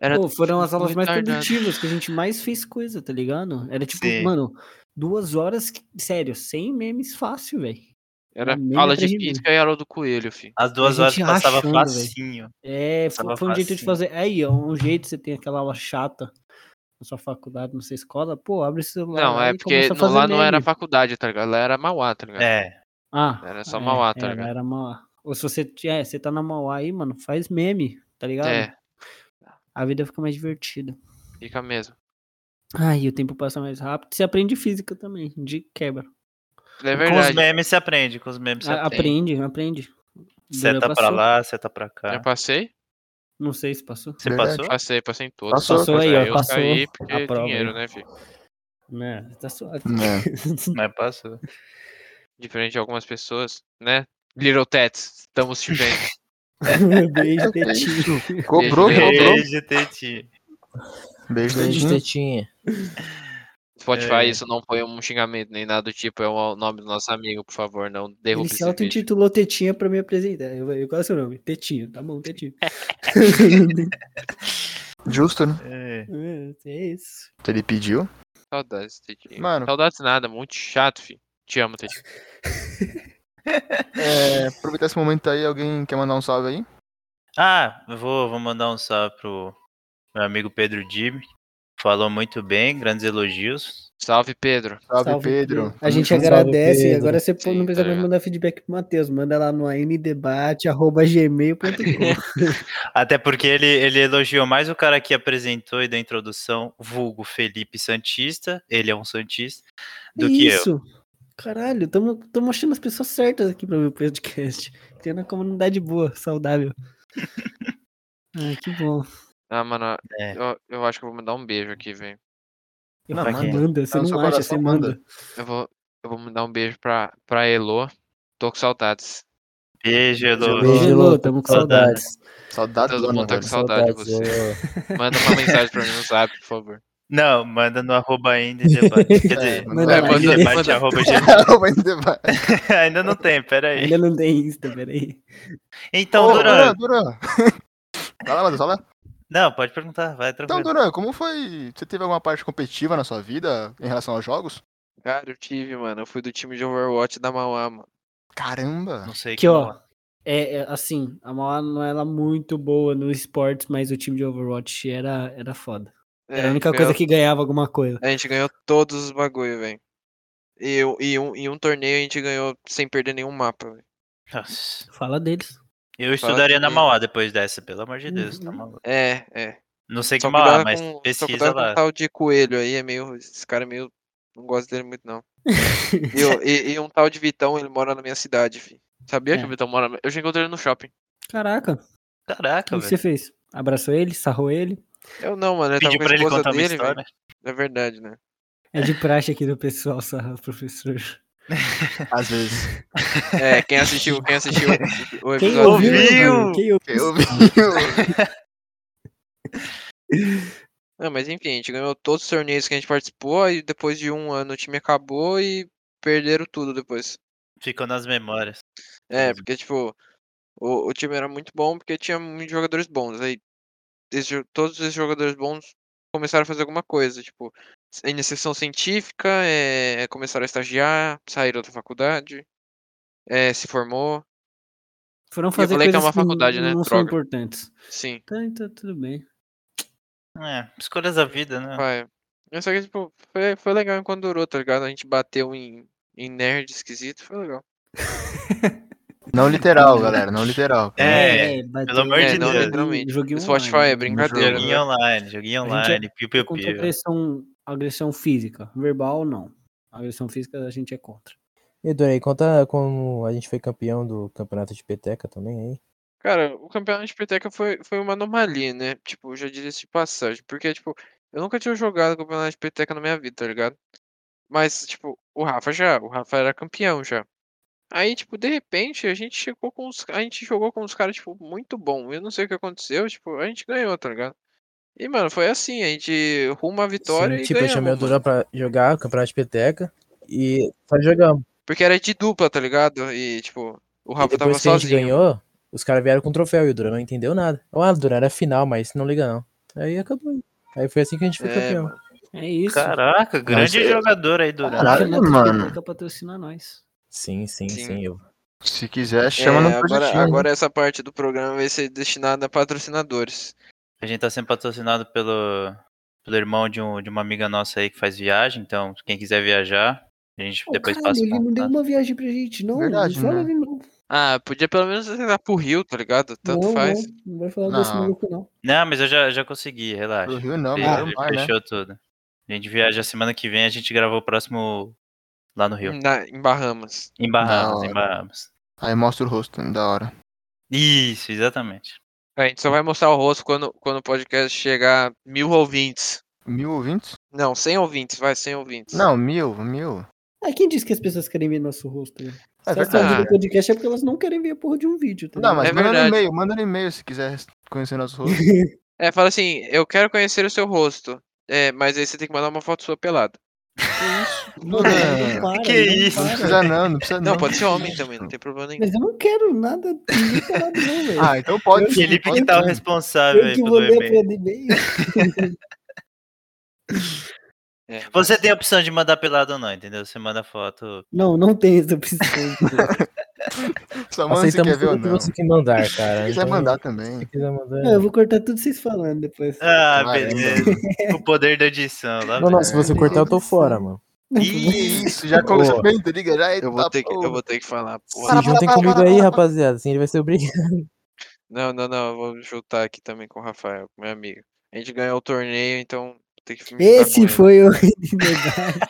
Speaker 5: Era
Speaker 1: Pô, foram as aulas mais
Speaker 5: retardado.
Speaker 1: produtivas que a gente mais fez coisa, tá ligado? Era tipo,
Speaker 2: Sim.
Speaker 1: mano, duas horas, que- sério, sem memes fácil, velho.
Speaker 5: Era
Speaker 1: meme
Speaker 5: aula de
Speaker 1: atrás de meme.
Speaker 5: física e aula do coelho, fi.
Speaker 2: As duas
Speaker 1: gente
Speaker 2: horas passava
Speaker 1: rachando, velho.
Speaker 2: facinho.
Speaker 1: É, fo-
Speaker 2: Tava
Speaker 1: foi, um jeito de
Speaker 2: facinho.
Speaker 1: fazer. Aí, ó, um jeito você tem aquela aula chata na sua faculdade, na sua escola, pô, abre o celular.
Speaker 5: Não,
Speaker 1: lá
Speaker 5: é
Speaker 1: e
Speaker 5: porque
Speaker 1: começa a
Speaker 5: no-
Speaker 1: fazer
Speaker 5: lá não era
Speaker 1: meme.
Speaker 5: faculdade, tá ligado? Lá era Mauá, tá ligado?
Speaker 2: É.
Speaker 1: Ah,
Speaker 5: era só Mauá, tá
Speaker 1: é,
Speaker 5: ligado?
Speaker 1: Era Mauá. Ou se você, t- é, você tá na Mauá aí, mano, faz meme, tá ligado?
Speaker 5: É,
Speaker 1: A vida fica mais divertida.
Speaker 5: fica mesmo.
Speaker 1: Ai, o tempo passa mais rápido. Você aprende física também, de quebra.
Speaker 5: É
Speaker 2: Com os
Speaker 5: verdade.
Speaker 2: memes se aprende, com os memes se
Speaker 1: A-
Speaker 2: aprende.
Speaker 1: aprende, aprende. Dura
Speaker 2: Seta tá pra
Speaker 1: passou.
Speaker 2: lá, seta pra
Speaker 5: Já
Speaker 2: cá.
Speaker 5: passei?
Speaker 1: Não sei se passou.
Speaker 2: Você
Speaker 4: Verdade.
Speaker 2: passou?
Speaker 5: Passei, passei em todos.
Speaker 4: Passou. Passou
Speaker 1: aí, ó,
Speaker 5: eu
Speaker 1: passou
Speaker 5: Caí
Speaker 1: a
Speaker 5: porque
Speaker 1: prova aí.
Speaker 5: dinheiro, né, filho?
Speaker 1: Né, tá suave.
Speaker 4: É.
Speaker 2: Mas passou.
Speaker 5: Diferente de algumas pessoas, né? Little Tets, estamos te vendo.
Speaker 1: Beijo, Tetinho.
Speaker 4: Cobrou,
Speaker 5: Beijo.
Speaker 4: cobrou.
Speaker 2: Beijo, Teti.
Speaker 4: Beijo,
Speaker 5: Uhum.
Speaker 3: Beijo,
Speaker 4: dedinho.
Speaker 3: tetinha.
Speaker 5: Spotify,
Speaker 2: É.
Speaker 5: isso não foi um xingamento nem nada do tipo, é o nome do nosso amigo, por favor, não
Speaker 1: Ele
Speaker 5: derrube esse
Speaker 1: se
Speaker 5: vídeo.
Speaker 1: auto-intitulou Tetinha pra me apresentar. Eu, eu, qual é o seu nome? Tetinho. Tá bom, Tetinho.
Speaker 4: Justo, né?
Speaker 2: É.
Speaker 1: É, é isso.
Speaker 4: Ele pediu.
Speaker 5: Saudades, Tedinho.
Speaker 4: Mano.
Speaker 5: Saudades nada, muito chato, filho. Te amo, Tedinho.
Speaker 4: É, aproveitar esse momento aí, alguém quer mandar um salve aí?
Speaker 2: Ah, eu vou, vou mandar um salve pro meu amigo Pedro Dib. Falou muito bem, grandes elogios.
Speaker 5: Salve, Pedro.
Speaker 4: Salve,
Speaker 1: Salve,
Speaker 4: Pedro. É.
Speaker 1: A gente
Speaker 3: Salve,
Speaker 1: agradece.
Speaker 3: Pedro.
Speaker 1: Agora você pô-
Speaker 5: Sim,
Speaker 1: não precisa
Speaker 5: tá
Speaker 1: mais
Speaker 5: ligado.
Speaker 1: mandar feedback pro Matheus. Manda lá no amdebate.gmail.com.
Speaker 2: Até porque ele, ele elogiou mais o cara que apresentou e da introdução, vulgo Felipe Santista, ele é um Santista, do que eu.
Speaker 1: isso. Caralho, estamos achando as pessoas certas aqui pra ver o podcast. Tem uma comunidade boa, saudável. Ai, que bom.
Speaker 5: Ah, mano,
Speaker 2: É.
Speaker 5: Ah, É. eu, eu acho que eu vou mandar um beijo aqui, velho.
Speaker 1: Eu
Speaker 4: Não,
Speaker 1: falo,
Speaker 2: manda.
Speaker 1: manda,
Speaker 4: Tá
Speaker 1: você
Speaker 4: no
Speaker 1: não
Speaker 4: seu
Speaker 1: acha,
Speaker 4: coração,
Speaker 1: você manda.
Speaker 4: manda.
Speaker 5: Eu vou, eu vou mandar um beijo pra, pra Elo. Tô com saudades.
Speaker 2: Beijo, Elô.
Speaker 1: Beijo,
Speaker 3: Elô,
Speaker 1: Elô, tamo com
Speaker 2: saudades.
Speaker 1: saudades.
Speaker 4: Saudades
Speaker 5: Todo
Speaker 4: do
Speaker 5: mundo tá
Speaker 4: Ana,
Speaker 5: com saudade de você.
Speaker 3: eu-
Speaker 5: Manda uma mensagem pra mim no zap, por favor.
Speaker 2: Não, manda no arroba ainda e debate. Quer dizer,
Speaker 4: manda
Speaker 2: é,
Speaker 4: lá.
Speaker 2: pode
Speaker 5: Manda-
Speaker 2: debate
Speaker 5: manda.
Speaker 2: arroba gmail.
Speaker 4: velho. Vai ter vai.
Speaker 2: Ainda não tem,
Speaker 4: É
Speaker 2: peraí.
Speaker 1: Ainda não tem Insta, peraí.
Speaker 2: Então,
Speaker 4: Ô,
Speaker 2: Duran.
Speaker 4: Duran. Vai lá, Matheus, vai lá.
Speaker 2: Não, pode perguntar, vai
Speaker 4: Então,
Speaker 2: tranquilo.
Speaker 4: Duran, como foi? Você teve alguma parte competitiva na sua vida em relação aos jogos?
Speaker 5: Cara, eu tive, mano. Eu fui do time de Overwatch da Mauá, mano.
Speaker 4: Caramba!
Speaker 2: Não sei
Speaker 1: Que,
Speaker 2: como
Speaker 1: ó,
Speaker 2: lá.
Speaker 1: É, é, assim, a Mauá não era muito boa no esportes, mas o time de Overwatch era, era foda. Era a única
Speaker 5: É,
Speaker 1: coisa
Speaker 5: ganhou-
Speaker 1: que ganhava alguma coisa.
Speaker 5: A gente ganhou todos os bagulho, velho. E, eu- e um, em um torneio a gente ganhou sem perder nenhum mapa, velho.
Speaker 2: Nossa.
Speaker 1: Fala deles.
Speaker 2: Eu estudaria na
Speaker 5: que-
Speaker 2: Mauá depois dessa, pelo amor de Deus, tá
Speaker 1: Uhum.
Speaker 2: maluco.
Speaker 5: É, é.
Speaker 2: Não sei que
Speaker 5: Só
Speaker 2: Mauá,
Speaker 5: cuidado
Speaker 2: mas
Speaker 5: é com, só
Speaker 2: pesquisa
Speaker 5: cuidado com
Speaker 2: lá.
Speaker 5: o tal de coelho aí, é meio. Esse cara é meio. Não gosto dele muito, não. E, o- e- e um tal de Vitão, ele mora na minha cidade, fi. Sabia que
Speaker 1: É.
Speaker 5: o Vitão mora. na- Eu já encontrei ele no shopping.
Speaker 1: Caraca, o
Speaker 2: Caraca,
Speaker 1: que você
Speaker 2: velho.
Speaker 1: fez? Abraçou ele, sarrou ele.
Speaker 5: Eu não, mano. Eu tava
Speaker 2: Pediu
Speaker 5: com a
Speaker 2: pra ele
Speaker 5: esposa
Speaker 2: contar uma
Speaker 5: dele, velho.
Speaker 2: história.
Speaker 5: É verdade, né?
Speaker 1: É de praxe aqui do pessoal, sarrar o professor.
Speaker 4: Às vezes.
Speaker 5: É, quem assistiu, quem assistiu o o
Speaker 1: Quem
Speaker 5: episódio. né?
Speaker 1: ouviu? mano? Quem ouviu?
Speaker 4: Eu vi.
Speaker 5: Não, mas enfim, a gente ganhou todos os torneios que a gente participou, e depois de um ano o time acabou e perderam tudo depois.
Speaker 2: Ficou nas memórias.
Speaker 5: É,
Speaker 2: Entendi.
Speaker 5: porque, tipo, o, o time era muito bom porque tinha muitos jogadores bons. Aí esses jo- todos esses jogadores bons começaram a fazer alguma coisa, tipo, s- iniciação científica, é, começaram a estagiar, saíram da faculdade, é, se formou,
Speaker 1: Foram fazer
Speaker 5: falei que é
Speaker 1: coisas
Speaker 5: uma faculdade,
Speaker 1: que
Speaker 5: né?
Speaker 1: não são
Speaker 5: Droga.
Speaker 1: importantes.
Speaker 5: sim,
Speaker 1: Tá, então tudo bem.
Speaker 2: É, escolhas da vida, né?
Speaker 5: vai. Mas Só que, tipo, foi, foi legal enquanto durou, tá ligado? A gente bateu em, em nerd esquisito, foi legal.
Speaker 4: Não literal, galera, não literal.
Speaker 2: É,
Speaker 1: bateu-
Speaker 2: pelo amor
Speaker 5: É,
Speaker 2: de
Speaker 5: não,
Speaker 2: Deus.
Speaker 5: literalmente.
Speaker 1: Joguinho
Speaker 5: Spotify
Speaker 1: online.
Speaker 5: é brincadeira,
Speaker 2: Joguinho
Speaker 5: né?
Speaker 2: online, joguinho
Speaker 1: A gente é
Speaker 2: online, piu piu
Speaker 1: Contra
Speaker 2: piu.
Speaker 1: agressão, agressão física. Verbal, não. Agressão física a gente é contra.
Speaker 3: E, Dora, e conta como a gente foi campeão do campeonato de peteca também aí.
Speaker 5: Cara, o campeonato de peteca foi, foi uma anomalia, né? Tipo, eu já diria isso de passagem. Porque, tipo, eu nunca tinha jogado campeonato de peteca na minha vida, tá ligado? Mas, tipo, o Rafa já, o Rafa era campeão já. Aí, tipo, de repente, a gente chegou com os, a gente jogou com uns caras, tipo, muito bom. Eu não sei o que aconteceu, tipo, a gente ganhou, tá ligado? E, mano, foi assim, a gente ruma a vitória
Speaker 3: Sim,
Speaker 5: e
Speaker 3: tipo, eu chamei o
Speaker 5: ganhamos, mano.
Speaker 3: Duran pra jogar o campeonato de peteca e só jogamos.
Speaker 5: Porque era de dupla, tá ligado? E, tipo, o
Speaker 3: E
Speaker 5: Rafa tava
Speaker 3: depois que a gente
Speaker 5: sozinho.
Speaker 3: ganhou, os caras vieram com troféu e o Duran não entendeu nada. Ah, Duran era final, mas não liga não. Aí acabou. Aí foi assim que a gente foi
Speaker 5: É,
Speaker 3: campeão.
Speaker 1: É isso.
Speaker 2: Caraca, grande
Speaker 4: Nossa, eu-
Speaker 2: jogador aí, Duran.
Speaker 4: Caraca.
Speaker 1: Renato
Speaker 4: mano.
Speaker 1: Peteca patrocina tá nós.
Speaker 3: Sim, sim,
Speaker 5: Sim.
Speaker 3: sim. eu-
Speaker 4: Se quiser, chama
Speaker 5: É,
Speaker 4: no né?
Speaker 5: agora,
Speaker 4: positivo.
Speaker 5: agora essa parte do programa vai ser destinada a patrocinadores.
Speaker 2: A gente tá sendo patrocinado pelo, pelo irmão de, um, de uma amiga nossa aí que faz viagem, então quem quiser viajar, a gente depois passa o contato.
Speaker 1: uma viagem pra gente, não.
Speaker 4: Verdade, né?
Speaker 1: dele, não.
Speaker 5: Ah, podia pelo menos levar pro Rio, tá ligado? Tanto faz.
Speaker 1: Não, não vai falar
Speaker 4: Não.
Speaker 1: não.
Speaker 2: Não, mas eu já, já consegui,
Speaker 4: Pro
Speaker 1: Uhum.
Speaker 2: relaxa.
Speaker 4: Rio não,
Speaker 2: Fe-
Speaker 1: Ah,
Speaker 4: mas pro mar, né?
Speaker 2: Fechou tudo. A gente viaja semana que vem, a gente gravou o próximo lá no
Speaker 1: Hum.
Speaker 2: Rio.
Speaker 5: Na- em Bahamas.
Speaker 2: Em Bahamas,
Speaker 4: Da
Speaker 2: em Bahamas.
Speaker 4: Aí mostra o rosto, né? da hora.
Speaker 2: Isso, exatamente.
Speaker 5: A gente só vai mostrar o rosto quando, quando o podcast chegar a mil ouvintes.
Speaker 4: Mil ouvintes?
Speaker 5: Não, 100 ouvintes, vai, 100 ouvintes.
Speaker 4: Não, mil, mil.
Speaker 1: Ah, quem disse que as pessoas querem ver nosso rosto? né?
Speaker 4: É
Speaker 1: Se elas estão
Speaker 4: verdade.
Speaker 1: ouvindo o podcast é porque elas não querem ver a porra de um vídeo.
Speaker 2: Ah,
Speaker 1: Tá
Speaker 4: Não, mas
Speaker 5: É
Speaker 4: manda no
Speaker 5: verdade.
Speaker 4: e-mail, manda no e-mail se quiser conhecer nosso rosto.
Speaker 1: ligado?
Speaker 5: É, fala assim, eu quero conhecer o seu rosto. É, mas aí você tem que mandar uma foto sua pelada. É,
Speaker 1: Mano,
Speaker 4: Não,
Speaker 1: não para,
Speaker 2: que é
Speaker 1: não
Speaker 2: isso?
Speaker 4: não
Speaker 1: para.
Speaker 4: precisa não, não precisa não.
Speaker 5: Não, pode ser homem também, não tem problema nenhum.
Speaker 1: Mas eu não quero nada ninguém falado, não, velho.
Speaker 4: Ah, então pode. sim,
Speaker 2: Felipe
Speaker 4: pode
Speaker 2: que tá o
Speaker 4: sim.
Speaker 2: responsável
Speaker 1: eu
Speaker 2: aí
Speaker 1: que
Speaker 2: pelo
Speaker 1: mandei a
Speaker 2: e-mail.
Speaker 1: pedra e-mail.
Speaker 5: É,
Speaker 2: Você tem a opção de mandar pelado ou não, entendeu? Você manda foto.
Speaker 1: Não, não tem essa opção.
Speaker 4: Só manda se
Speaker 3: Aceitamos
Speaker 4: quer ver
Speaker 3: tudo
Speaker 4: ou
Speaker 3: que
Speaker 4: não.
Speaker 3: você que mandar, cara.
Speaker 4: Se quiser
Speaker 3: Então,
Speaker 4: mandar
Speaker 3: Se
Speaker 4: também.
Speaker 3: quiser mandar.
Speaker 1: Não, eu vou cortar tudo vocês falando depois.
Speaker 2: Ah,
Speaker 5: né?
Speaker 4: Caramba.
Speaker 2: beleza. O poder da edição. Lá
Speaker 3: Não,
Speaker 2: vem.
Speaker 3: não, se você cortar, eu tô fora, mano.
Speaker 2: Ih,
Speaker 4: Que isso, já começou bem, tá ligado? Já é
Speaker 5: Eu vou,
Speaker 4: da
Speaker 5: ter que, eu
Speaker 4: porra.
Speaker 5: vou ter que falar, porra.
Speaker 3: Se juntem
Speaker 4: para,
Speaker 3: comigo
Speaker 4: para,
Speaker 3: aí,
Speaker 4: para.
Speaker 3: rapaziada. Assim ele vai ser obrigado.
Speaker 5: Não, não, não, eu vou juntar aqui também com o Rafael, meu amigo. A gente ganhou o torneio, então tem que me
Speaker 2: tá
Speaker 5: juntar com
Speaker 1: Esse
Speaker 5: ele.
Speaker 1: foi o Renegado.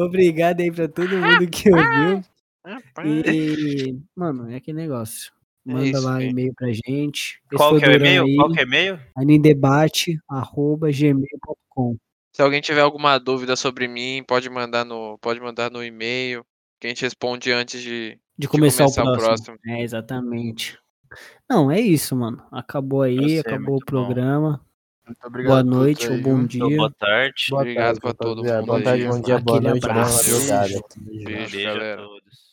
Speaker 1: Obrigado aí pra todo mundo que ouviu.
Speaker 5: Rapaz.
Speaker 1: E, mano, é que negócio.
Speaker 5: É
Speaker 1: Manda
Speaker 5: isso,
Speaker 1: lá
Speaker 5: velho.
Speaker 1: e-mail pra gente. Esse
Speaker 2: Qual
Speaker 1: foi
Speaker 2: que é o
Speaker 1: Duran
Speaker 2: e-mail?
Speaker 1: aí,
Speaker 2: Qual que é o e-mail?
Speaker 1: anidebate@gmail.com.
Speaker 5: Se alguém tiver alguma dúvida sobre mim, pode mandar no, pode mandar no e-mail, que a gente responde antes de,
Speaker 1: De começar,
Speaker 5: começar o
Speaker 1: o, próximo.
Speaker 5: próximo.
Speaker 1: É, exatamente. Não, é isso, mano. Acabou aí,
Speaker 2: Você é
Speaker 1: acabou
Speaker 2: muito
Speaker 1: o programa.
Speaker 4: Muito
Speaker 1: Boa
Speaker 4: obrigado. por
Speaker 1: noite
Speaker 4: tudo
Speaker 1: ou
Speaker 4: aí,
Speaker 1: bom
Speaker 4: viu?
Speaker 1: dia.
Speaker 2: Boa tarde.
Speaker 5: Obrigado pra todo
Speaker 3: rapaziada.
Speaker 5: mundo
Speaker 3: um Boa
Speaker 5: aí. né?
Speaker 3: tarde, bom dia, boa
Speaker 1: Aquele
Speaker 3: noite, boa
Speaker 1: abraço.
Speaker 3: madrugada.
Speaker 5: Beijo,
Speaker 2: Beijo a
Speaker 5: galera.
Speaker 2: todos.